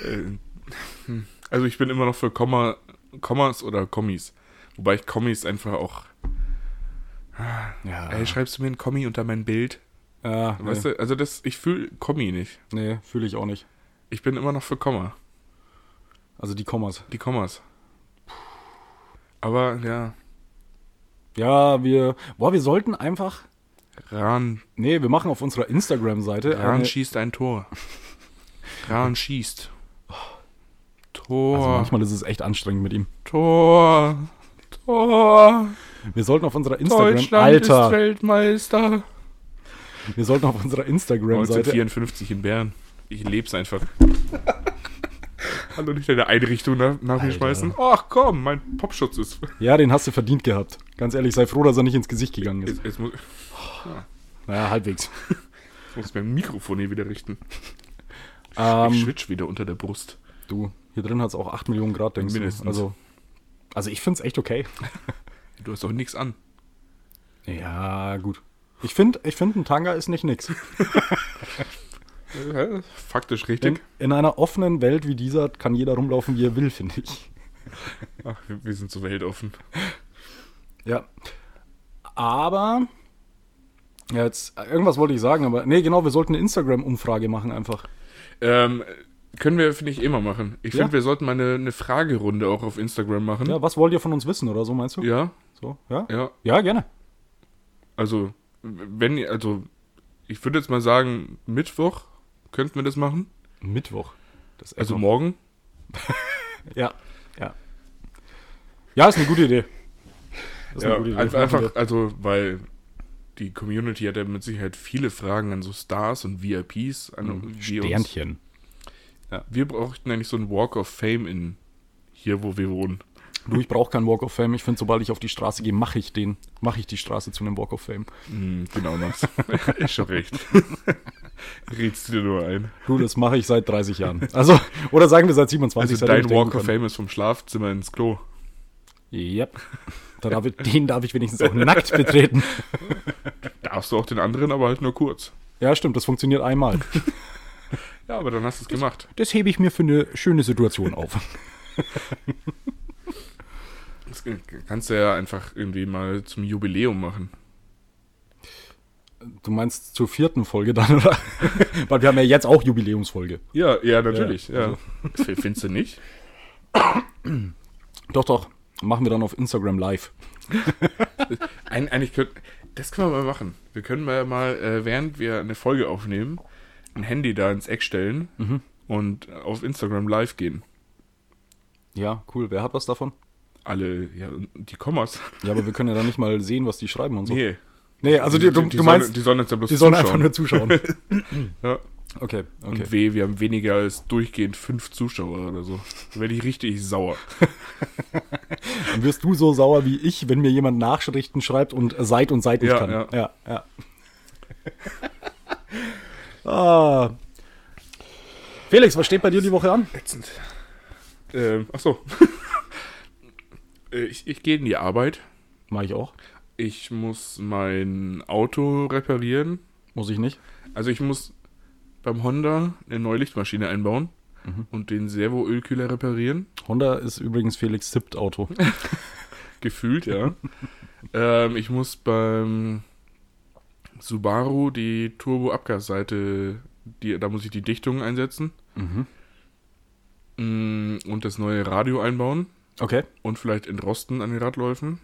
[SPEAKER 1] Äh, hm. Also ich bin immer noch für Komma, Kommas oder Kommis. Wobei ich Kommis einfach auch.
[SPEAKER 2] Ja,
[SPEAKER 1] Ey, schreibst du mir ein Kommi unter mein Bild?
[SPEAKER 2] Ah. ja nee,
[SPEAKER 1] Weißt du, also das, ich fühle Kommi nicht.
[SPEAKER 2] nee fühle ich auch nicht.
[SPEAKER 1] Ich bin immer noch für Komma.
[SPEAKER 2] Also die Kommas.
[SPEAKER 1] Die Kommas. Aber ja,
[SPEAKER 2] Ja, wir, boah, wir sollten einfach,
[SPEAKER 1] Rahn,
[SPEAKER 2] nee, wir machen auf unserer Instagram-Seite
[SPEAKER 1] Rahn
[SPEAKER 2] eine,
[SPEAKER 1] schießt ein Tor. Rahn schießt.
[SPEAKER 2] also
[SPEAKER 1] Tor,
[SPEAKER 2] manchmal ist es echt anstrengend mit ihm.
[SPEAKER 1] Tor, Tor.
[SPEAKER 2] Wir sollten auf unserer Instagram,
[SPEAKER 1] Deutschland ist
[SPEAKER 2] Alter,
[SPEAKER 1] Weltmeister.
[SPEAKER 2] wir sollten auf unserer Instagram-Seite
[SPEAKER 1] 1954 in Bern. Ich leb's einfach. Hallo, nicht deine Einrichtung nach, nach mir
[SPEAKER 2] Alter.
[SPEAKER 1] schmeißen. Ach komm, mein Popschutz ist.
[SPEAKER 2] Ja, den hast du verdient gehabt. Ganz ehrlich, sei froh, dass er nicht ins Gesicht gegangen ist.
[SPEAKER 1] Jetzt, jetzt, muss,
[SPEAKER 2] Naja, halbwegs.
[SPEAKER 1] jetzt muss ich mein Mikrofon hier wieder richten. Ich
[SPEAKER 2] Ähm,
[SPEAKER 1] schwitsch wieder unter der Brust.
[SPEAKER 2] du, hier drin hat es auch 8 Millionen Grad, denkst
[SPEAKER 1] Mindestens.
[SPEAKER 2] du. Also, also ich find's echt okay.
[SPEAKER 1] Du hast doch nichts an.
[SPEAKER 2] Ja, gut. Ich finde, ich find, ein Tanga ist nicht nix.
[SPEAKER 1] Äh, Faktisch
[SPEAKER 2] In,
[SPEAKER 1] richtig.
[SPEAKER 2] in einer offenen Welt wie dieser kann jeder rumlaufen, wie er will, finde ich.
[SPEAKER 1] Ach, wir wir sind so weltoffen.
[SPEAKER 2] Ja. Aber Ja, jetzt, irgendwas wollte ich sagen, aber nee, genau, wir sollten eine Instagram-Umfrage machen einfach.
[SPEAKER 1] Ähm, können wir, finde ich, immer machen. Ich
[SPEAKER 2] Ja.
[SPEAKER 1] finde, wir sollten mal eine, eine Fragerunde auch auf Instagram machen.
[SPEAKER 2] Ja, was wollt ihr von uns wissen oder so, meinst du?
[SPEAKER 1] ja,
[SPEAKER 2] So, ja?
[SPEAKER 1] ja.
[SPEAKER 2] Ja, gerne.
[SPEAKER 1] Also, wenn ihr, also, ich würde jetzt mal sagen, Mittwoch könnten wir das machen.
[SPEAKER 2] Mittwoch. Das ist
[SPEAKER 1] Also
[SPEAKER 2] also,
[SPEAKER 1] morgen.
[SPEAKER 2] ja, ja. Ja, ist eine gute Idee. Das ist
[SPEAKER 1] Ja,
[SPEAKER 2] eine gute Idee.
[SPEAKER 1] einf-
[SPEAKER 2] Machen wir.
[SPEAKER 1] einfach, also, weil die Community hat ja mit Sicherheit viele Fragen an so Stars und VIPs. An
[SPEAKER 2] Mhm.
[SPEAKER 1] wie uns-
[SPEAKER 2] Sternchen.
[SPEAKER 1] Wir brauchten eigentlich so einen Walk of Fame in hier, wo wir wohnen.
[SPEAKER 2] Du, ich brauche keinen Walk of Fame. Ich finde, sobald ich auf die Straße gehe, mache ich den. Mache ich die Straße zu einem Walk of Fame.
[SPEAKER 1] Hm, genau, Max. Ist schon recht. Redst du dir nur ein.
[SPEAKER 2] Du, das mache ich seit 30 Jahren. Also, oder sagen wir seit 27.
[SPEAKER 1] Also,
[SPEAKER 2] seitdem
[SPEAKER 1] dein
[SPEAKER 2] ich denken
[SPEAKER 1] Walk of
[SPEAKER 2] kann.
[SPEAKER 1] Fame ist vom Schlafzimmer ins Klo.
[SPEAKER 2] Yep. Da darf ich, den darf ich wenigstens auch nackt betreten.
[SPEAKER 1] Darfst du auch den anderen, aber halt nur kurz.
[SPEAKER 2] Ja, stimmt, das funktioniert einmal.
[SPEAKER 1] Ja, aber dann hast du es gemacht.
[SPEAKER 2] Das hebe ich mir für eine schöne Situation auf.
[SPEAKER 1] Das kannst du ja einfach irgendwie mal zum Jubiläum machen.
[SPEAKER 2] Du meinst zur vierten Folge dann, oder? Weil wir haben ja jetzt auch Jubiläumsfolge.
[SPEAKER 1] Ja, ja, natürlich.
[SPEAKER 2] Ja,
[SPEAKER 1] Ja. Also, F- Findest du nicht?
[SPEAKER 2] Doch, doch. Machen wir dann auf Instagram live.
[SPEAKER 1] Ein, eigentlich könnt, das können wir mal machen. Wir können mal, mal äh, während wir eine Folge aufnehmen, ein Handy da ins Eck stellen
[SPEAKER 2] Mhm.
[SPEAKER 1] und äh, auf Instagram live gehen.
[SPEAKER 2] Ja, cool. Wer hat was davon?
[SPEAKER 1] Alle, ja, die Kommas.
[SPEAKER 2] Ja, aber wir können ja dann nicht mal sehen, was die schreiben und so.
[SPEAKER 1] Nee.
[SPEAKER 2] Nee, also die, du,
[SPEAKER 1] die
[SPEAKER 2] du
[SPEAKER 1] sollen-
[SPEAKER 2] meinst,
[SPEAKER 1] die sollen jetzt ja bloß
[SPEAKER 2] die sollen
[SPEAKER 1] zuschauen.
[SPEAKER 2] einfach nur zuschauen.
[SPEAKER 1] Ja.
[SPEAKER 2] Okay,
[SPEAKER 1] Und
[SPEAKER 2] okay.
[SPEAKER 1] weh, wir haben weniger als durchgehend fünf Zuschauer oder so. Da werde ich richtig sauer.
[SPEAKER 2] Dann wirst du so sauer wie ich, wenn mir jemand Nachrichten schreibt und seit und seit nicht
[SPEAKER 1] Ja,
[SPEAKER 2] kann.
[SPEAKER 1] ja.
[SPEAKER 2] ja. ja. ah. Felix, was steht bei dir die Woche an?
[SPEAKER 1] Ätzend. Ähm, ach so. Äh, ich ich gehe in die Arbeit.
[SPEAKER 2] Mach ich auch.
[SPEAKER 1] Ich muss mein Auto reparieren.
[SPEAKER 2] Muss ich nicht.
[SPEAKER 1] Also ich muss beim Honda eine neue Lichtmaschine einbauen und den Servoölkühler reparieren.
[SPEAKER 2] Honda ist übrigens Felix siebt Auto.
[SPEAKER 1] Gefühlt, ja. ähm, ich muss beim Subaru die Turbo-Abgasseite, die, da muss ich die Dichtung einsetzen Mm, und das neue Radio einbauen
[SPEAKER 2] Okay.
[SPEAKER 1] und vielleicht entrosten an den Radläufen.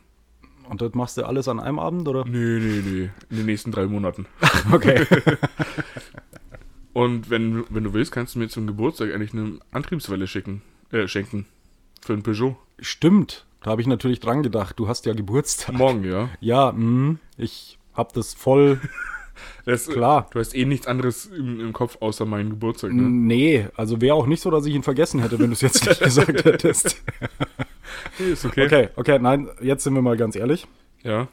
[SPEAKER 2] Und das machst du alles an einem Abend, oder?
[SPEAKER 1] Nee, nee, nee. In den nächsten drei Monaten.
[SPEAKER 2] Okay.
[SPEAKER 1] Und wenn, wenn du willst, kannst du mir zum Geburtstag eigentlich eine Antriebswelle schicken, äh, schenken. Für einen Peugeot.
[SPEAKER 2] Stimmt. Da habe ich natürlich dran gedacht. Du hast ja Geburtstag.
[SPEAKER 1] Morgen, ja.
[SPEAKER 2] Ja, mh, ich habe das voll
[SPEAKER 1] Das,
[SPEAKER 2] klar.
[SPEAKER 1] Du hast eh nichts anderes im, im Kopf außer meinen Geburtstag, ne?
[SPEAKER 2] Nee, also wäre auch nicht so, dass ich ihn vergessen hätte, wenn du es jetzt nicht gesagt hättest.
[SPEAKER 1] Nee, ist okay.
[SPEAKER 2] Okay, okay, nein, jetzt sind wir mal ganz ehrlich.
[SPEAKER 1] Ja.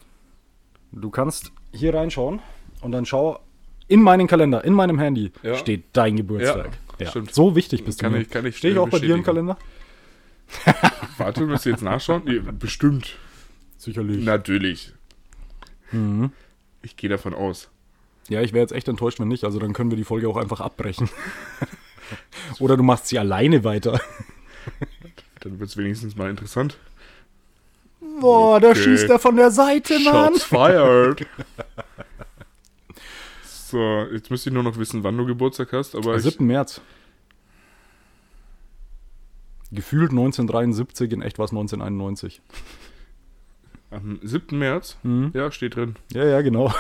[SPEAKER 2] Du kannst hier reinschauen und dann schau in meinen Kalender, in meinem Handy
[SPEAKER 1] Ja.
[SPEAKER 2] steht dein Geburtstag.
[SPEAKER 1] Ja, stimmt.
[SPEAKER 2] So wichtig bist
[SPEAKER 1] Kann
[SPEAKER 2] du. mir.
[SPEAKER 1] ich- kann ich
[SPEAKER 2] Stehe ich auch bei dir im
[SPEAKER 1] bestätigen.
[SPEAKER 2] Kalender?
[SPEAKER 1] Warte, müsst ihr jetzt nachschauen? Nee, bestimmt.
[SPEAKER 2] Sicherlich.
[SPEAKER 1] Natürlich. Mhm. Ich gehe davon aus.
[SPEAKER 2] Ja, ich wäre jetzt echt enttäuscht, wenn nicht. Also dann können wir die Folge auch einfach abbrechen. Oder du machst sie alleine weiter.
[SPEAKER 1] Dann wird es wenigstens mal interessant.
[SPEAKER 2] Boah, da
[SPEAKER 1] Okay.
[SPEAKER 2] schießt er von der Seite, Mann.
[SPEAKER 1] Shots fired. so, jetzt müsste ich nur noch wissen, wann du Geburtstag hast, aber ich,
[SPEAKER 2] 7. März. Gefühlt 1973, in echt war es 1991.
[SPEAKER 1] am 7. März, ja, steht drin.
[SPEAKER 2] Ja, ja, genau.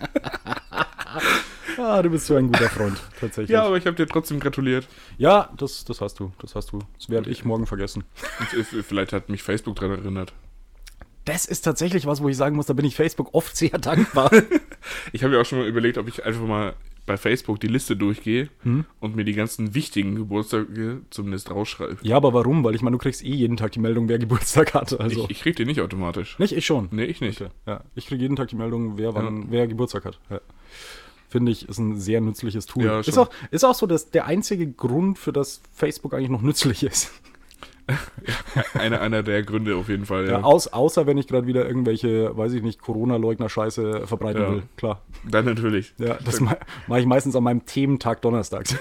[SPEAKER 2] ah, du bist so ein guter Freund, tatsächlich.
[SPEAKER 1] Ja,
[SPEAKER 2] Ja,
[SPEAKER 1] aber ich habe dir trotzdem gratuliert.
[SPEAKER 2] das, das hast du, das hast du. Das werde ich morgen vergessen.
[SPEAKER 1] Und, äh, vielleicht hat mich Facebook daran erinnert.
[SPEAKER 2] Das ist tatsächlich was, wo ich sagen muss, da bin ich Facebook oft sehr dankbar.
[SPEAKER 1] Ich habe ja auch schon mal überlegt, ob ich einfach mal bei Facebook die Liste durchgehe
[SPEAKER 2] Hm?
[SPEAKER 1] und mir die ganzen wichtigen Geburtstage zumindest rausschreibe.
[SPEAKER 2] ja, aber warum? Weil ich meine, du kriegst eh jeden Tag die Meldung, wer Geburtstag hat. Also.
[SPEAKER 1] Ich, ich krieg die nicht automatisch.
[SPEAKER 2] nicht, ich schon.
[SPEAKER 1] Nee, ich nicht.
[SPEAKER 2] Ja, ich kriege jeden Tag die Meldung, wer wann, wer Geburtstag hat. Ja. Finde ich, ist ein sehr nützliches Tool.
[SPEAKER 1] Ja,
[SPEAKER 2] ist,
[SPEAKER 1] schon.
[SPEAKER 2] auch, ist auch so dass der einzige Grund, für das Facebook eigentlich noch nützlich ist.
[SPEAKER 1] Einer, einer der Gründe auf jeden Fall. Ja.
[SPEAKER 2] Ja, Äh, aus, außer wenn ich gerade wieder irgendwelche, weiß ich nicht, Corona-Leugner-Scheiße verbreiten
[SPEAKER 1] Ja.
[SPEAKER 2] will. Klar.
[SPEAKER 1] Dann natürlich.
[SPEAKER 2] Ja, das ma mache ich meistens an meinem Thementag donnerstags.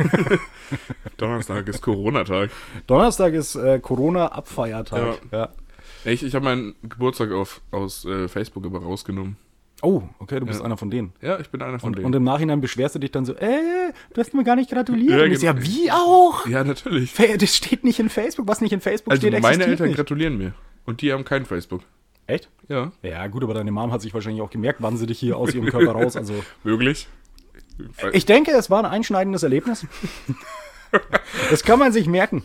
[SPEAKER 1] Donnerstag ist Corona-Tag.
[SPEAKER 2] Donnerstag ist äh, Corona-Abfeiertag. Ja.
[SPEAKER 1] Ich, ich habe meinen Geburtstag auf, aus äh, Facebook aber rausgenommen.
[SPEAKER 2] Oh, okay, du bist einer von denen.
[SPEAKER 1] Ja, ich bin einer von
[SPEAKER 2] Und,
[SPEAKER 1] denen.
[SPEAKER 2] und im Nachhinein beschwerst du dich dann so, äh, du hast mir gar nicht gratuliert.
[SPEAKER 1] Ja,
[SPEAKER 2] und ich so,
[SPEAKER 1] genau.
[SPEAKER 2] ja, wie auch?
[SPEAKER 1] ja, natürlich.
[SPEAKER 2] Fa- Das steht nicht in Facebook, was nicht in Facebook
[SPEAKER 1] Also
[SPEAKER 2] steht,
[SPEAKER 1] meine
[SPEAKER 2] existiert
[SPEAKER 1] Eltern
[SPEAKER 2] nicht.
[SPEAKER 1] gratulieren mir. Und die haben kein Facebook.
[SPEAKER 2] Echt?
[SPEAKER 1] Ja.
[SPEAKER 2] Ja, gut, aber deine Mom hat sich wahrscheinlich auch gemerkt, wann sie dich hier aus ihrem Körper raus, also...
[SPEAKER 1] Möglich.
[SPEAKER 2] Ich denke, es war ein einschneidendes Erlebnis. das kann man sich merken.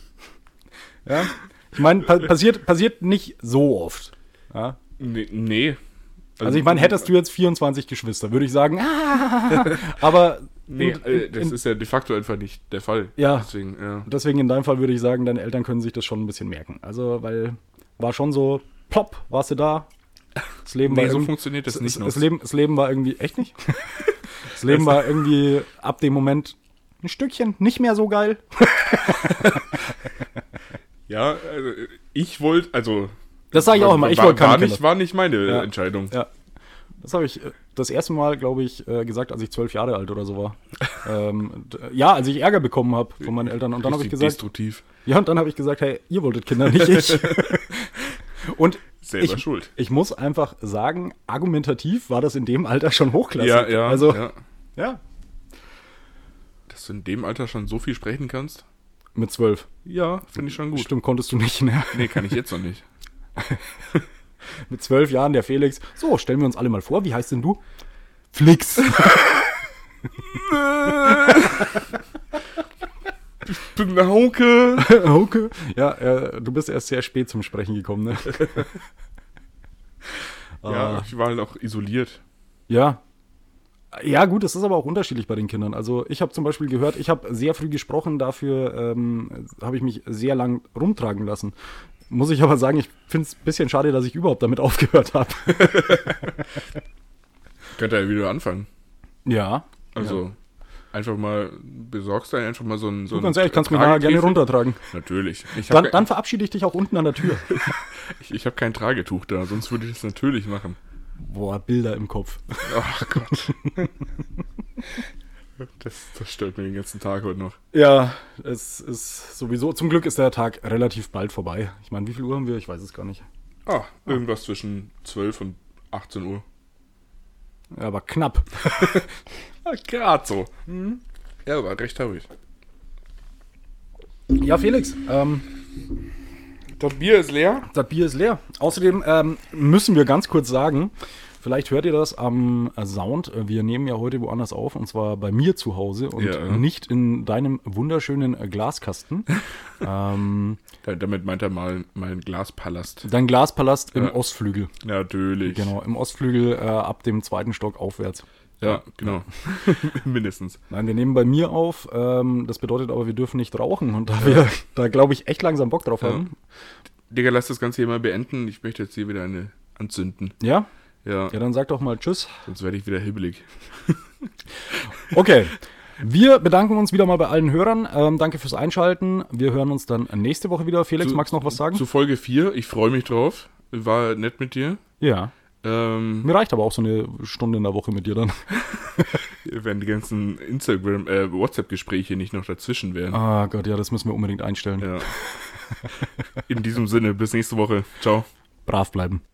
[SPEAKER 2] Ja? Ich meine, pa passiert, passiert nicht so oft. Ja?
[SPEAKER 1] Nee. nee.
[SPEAKER 2] Also ich meine, hättest du jetzt 24 Geschwister, würde ich sagen, ah, aber
[SPEAKER 1] Nee,
[SPEAKER 2] in,
[SPEAKER 1] äh,
[SPEAKER 2] in,
[SPEAKER 1] das ist ja de facto einfach nicht der Fall.
[SPEAKER 2] Ja.
[SPEAKER 1] Deswegen, ja.
[SPEAKER 2] deswegen in deinem Fall würde ich sagen, deine Eltern können sich das schon ein bisschen merken. Also, weil war schon so, plopp, warst du da. Das Leben
[SPEAKER 1] Nee,
[SPEAKER 2] war
[SPEAKER 1] so
[SPEAKER 2] irgend-
[SPEAKER 1] funktioniert das nicht.
[SPEAKER 2] das, das,
[SPEAKER 1] Nutz.
[SPEAKER 2] Leben, das Leben war irgendwie, echt nicht? Das Leben war irgendwie ab dem Moment ein Stückchen nicht mehr so geil.
[SPEAKER 1] Ja, also ich wollte, also.
[SPEAKER 2] Das sage ich auch immer, ich
[SPEAKER 1] war-
[SPEAKER 2] wollte
[SPEAKER 1] war
[SPEAKER 2] keine
[SPEAKER 1] nicht,
[SPEAKER 2] Kinder.
[SPEAKER 1] war nicht meine
[SPEAKER 2] Ja.
[SPEAKER 1] Entscheidung.
[SPEAKER 2] Ja. Das habe ich äh, das erste Mal, glaube ich, äh, gesagt, als ich zwölf Jahre alt oder so war. ähm, d- ja, als ich Ärger bekommen habe von meinen Eltern. Und dann habe ich
[SPEAKER 1] Richtig
[SPEAKER 2] gesagt,
[SPEAKER 1] Destruktiv.
[SPEAKER 2] Ja, und dann habe ich gesagt, hey, ihr wolltet Kinder, nicht ich. und
[SPEAKER 1] Selber
[SPEAKER 2] ich,
[SPEAKER 1] schuld.
[SPEAKER 2] ich muss einfach sagen, argumentativ war das in dem Alter schon hochklassig.
[SPEAKER 1] Ja, ja.
[SPEAKER 2] Also, ja.
[SPEAKER 1] ja. Dass du in dem Alter schon so viel sprechen kannst?
[SPEAKER 2] Mit zwölf.
[SPEAKER 1] Ja, finde ich schon gut.
[SPEAKER 2] Stimmt, konntest du nicht, ne?
[SPEAKER 1] Nee, kann ich jetzt noch nicht.
[SPEAKER 2] Mit zwölf Jahren der Felix. So, stellen wir uns alle mal vor, wie heißt denn du? Flix.
[SPEAKER 1] Bin der Hauke.
[SPEAKER 2] okay. Ja, äh, du bist erst sehr spät zum Sprechen gekommen, ne? Ah.
[SPEAKER 1] Ja, ich war halt auch isoliert.
[SPEAKER 2] Ja. Ja, gut, das ist aber auch unterschiedlich bei den Kindern. Also ich habe zum Beispiel gehört, ich habe sehr früh gesprochen, dafür ähm, habe ich mich sehr lang rumtragen lassen. Muss ich aber sagen, ich finde es ein bisschen schade, dass ich überhaupt damit aufgehört habe.
[SPEAKER 1] Könnte ja wieder anfangen.
[SPEAKER 2] Ja.
[SPEAKER 1] Also, einfach mal, besorgst du einfach mal so einen. So
[SPEAKER 2] Du
[SPEAKER 1] einen
[SPEAKER 2] ganz ehrlich, kannst mir da gerne
[SPEAKER 1] Tragekäfig.
[SPEAKER 2] runtertragen.
[SPEAKER 1] Natürlich. Ich
[SPEAKER 2] Dann,
[SPEAKER 1] habe
[SPEAKER 2] dann verabschiede ich dich auch unten an der Tür.
[SPEAKER 1] ich, ich hab kein Tragetuch da, sonst würde ich das natürlich machen.
[SPEAKER 2] Boah, Bilder im Kopf.
[SPEAKER 1] Ach Gott. Das, das stört mir den ganzen Tag heute noch.
[SPEAKER 2] Ja, es ist sowieso, zum Glück ist der Tag relativ bald vorbei. Ich meine, wie viel Uhr haben wir? Ich weiß es gar nicht.
[SPEAKER 1] Ah, irgendwas zwischen 12 und 18 Uhr.
[SPEAKER 2] Aber knapp.
[SPEAKER 1] Ah, Gerade so. Ja, aber recht habe ich.
[SPEAKER 2] Ja, Felix, ähm,
[SPEAKER 1] Das Bier ist leer.
[SPEAKER 2] Das Bier ist leer. Außerdem ähm, müssen wir ganz kurz sagen, vielleicht hört ihr das am äh, Sound. Äh, Wir nehmen ja heute woanders auf und zwar bei mir zu Hause und
[SPEAKER 1] Ja.
[SPEAKER 2] nicht in deinem wunderschönen äh, Glaskasten. ähm,
[SPEAKER 1] Da, damit meint er mal meinen Glaspalast.
[SPEAKER 2] dein Glaspalast im
[SPEAKER 1] Ja.
[SPEAKER 2] Ostflügel.
[SPEAKER 1] Natürlich.
[SPEAKER 2] Genau, im Ostflügel äh, ab dem zweiten Stock aufwärts.
[SPEAKER 1] Ja, genau. Mindestens.
[SPEAKER 2] Nein, wir nehmen bei mir auf. Ähm, das bedeutet aber, wir dürfen nicht rauchen und da wir da, glaube ich, echt langsam Bock drauf haben.
[SPEAKER 1] Digga, lass das Ganze hier mal beenden. Ich möchte jetzt hier wieder eine anzünden.
[SPEAKER 2] Ja?
[SPEAKER 1] Ja,
[SPEAKER 2] Ja, dann sag doch mal Tschüss.
[SPEAKER 1] sonst werde ich wieder hibbelig.
[SPEAKER 2] Okay. Wir bedanken uns wieder mal bei allen Hörern. Ähm, danke fürs Einschalten. Wir hören uns dann nächste Woche wieder. Felix,
[SPEAKER 1] Zu-
[SPEAKER 2] magst du noch was sagen?
[SPEAKER 1] Zu Folge 4, ich freue mich drauf. War nett mit dir.
[SPEAKER 2] ja.
[SPEAKER 1] Ähm,
[SPEAKER 2] Mir reicht aber auch so eine Stunde in der Woche mit dir dann.
[SPEAKER 1] wenn die ganzen Instagram, äh, WhatsApp-Gespräche nicht noch dazwischen wären.
[SPEAKER 2] Ah Gott, ja, das müssen wir unbedingt einstellen.
[SPEAKER 1] Ja. In diesem Sinne, bis nächste Woche. Ciao.
[SPEAKER 2] Brav bleiben.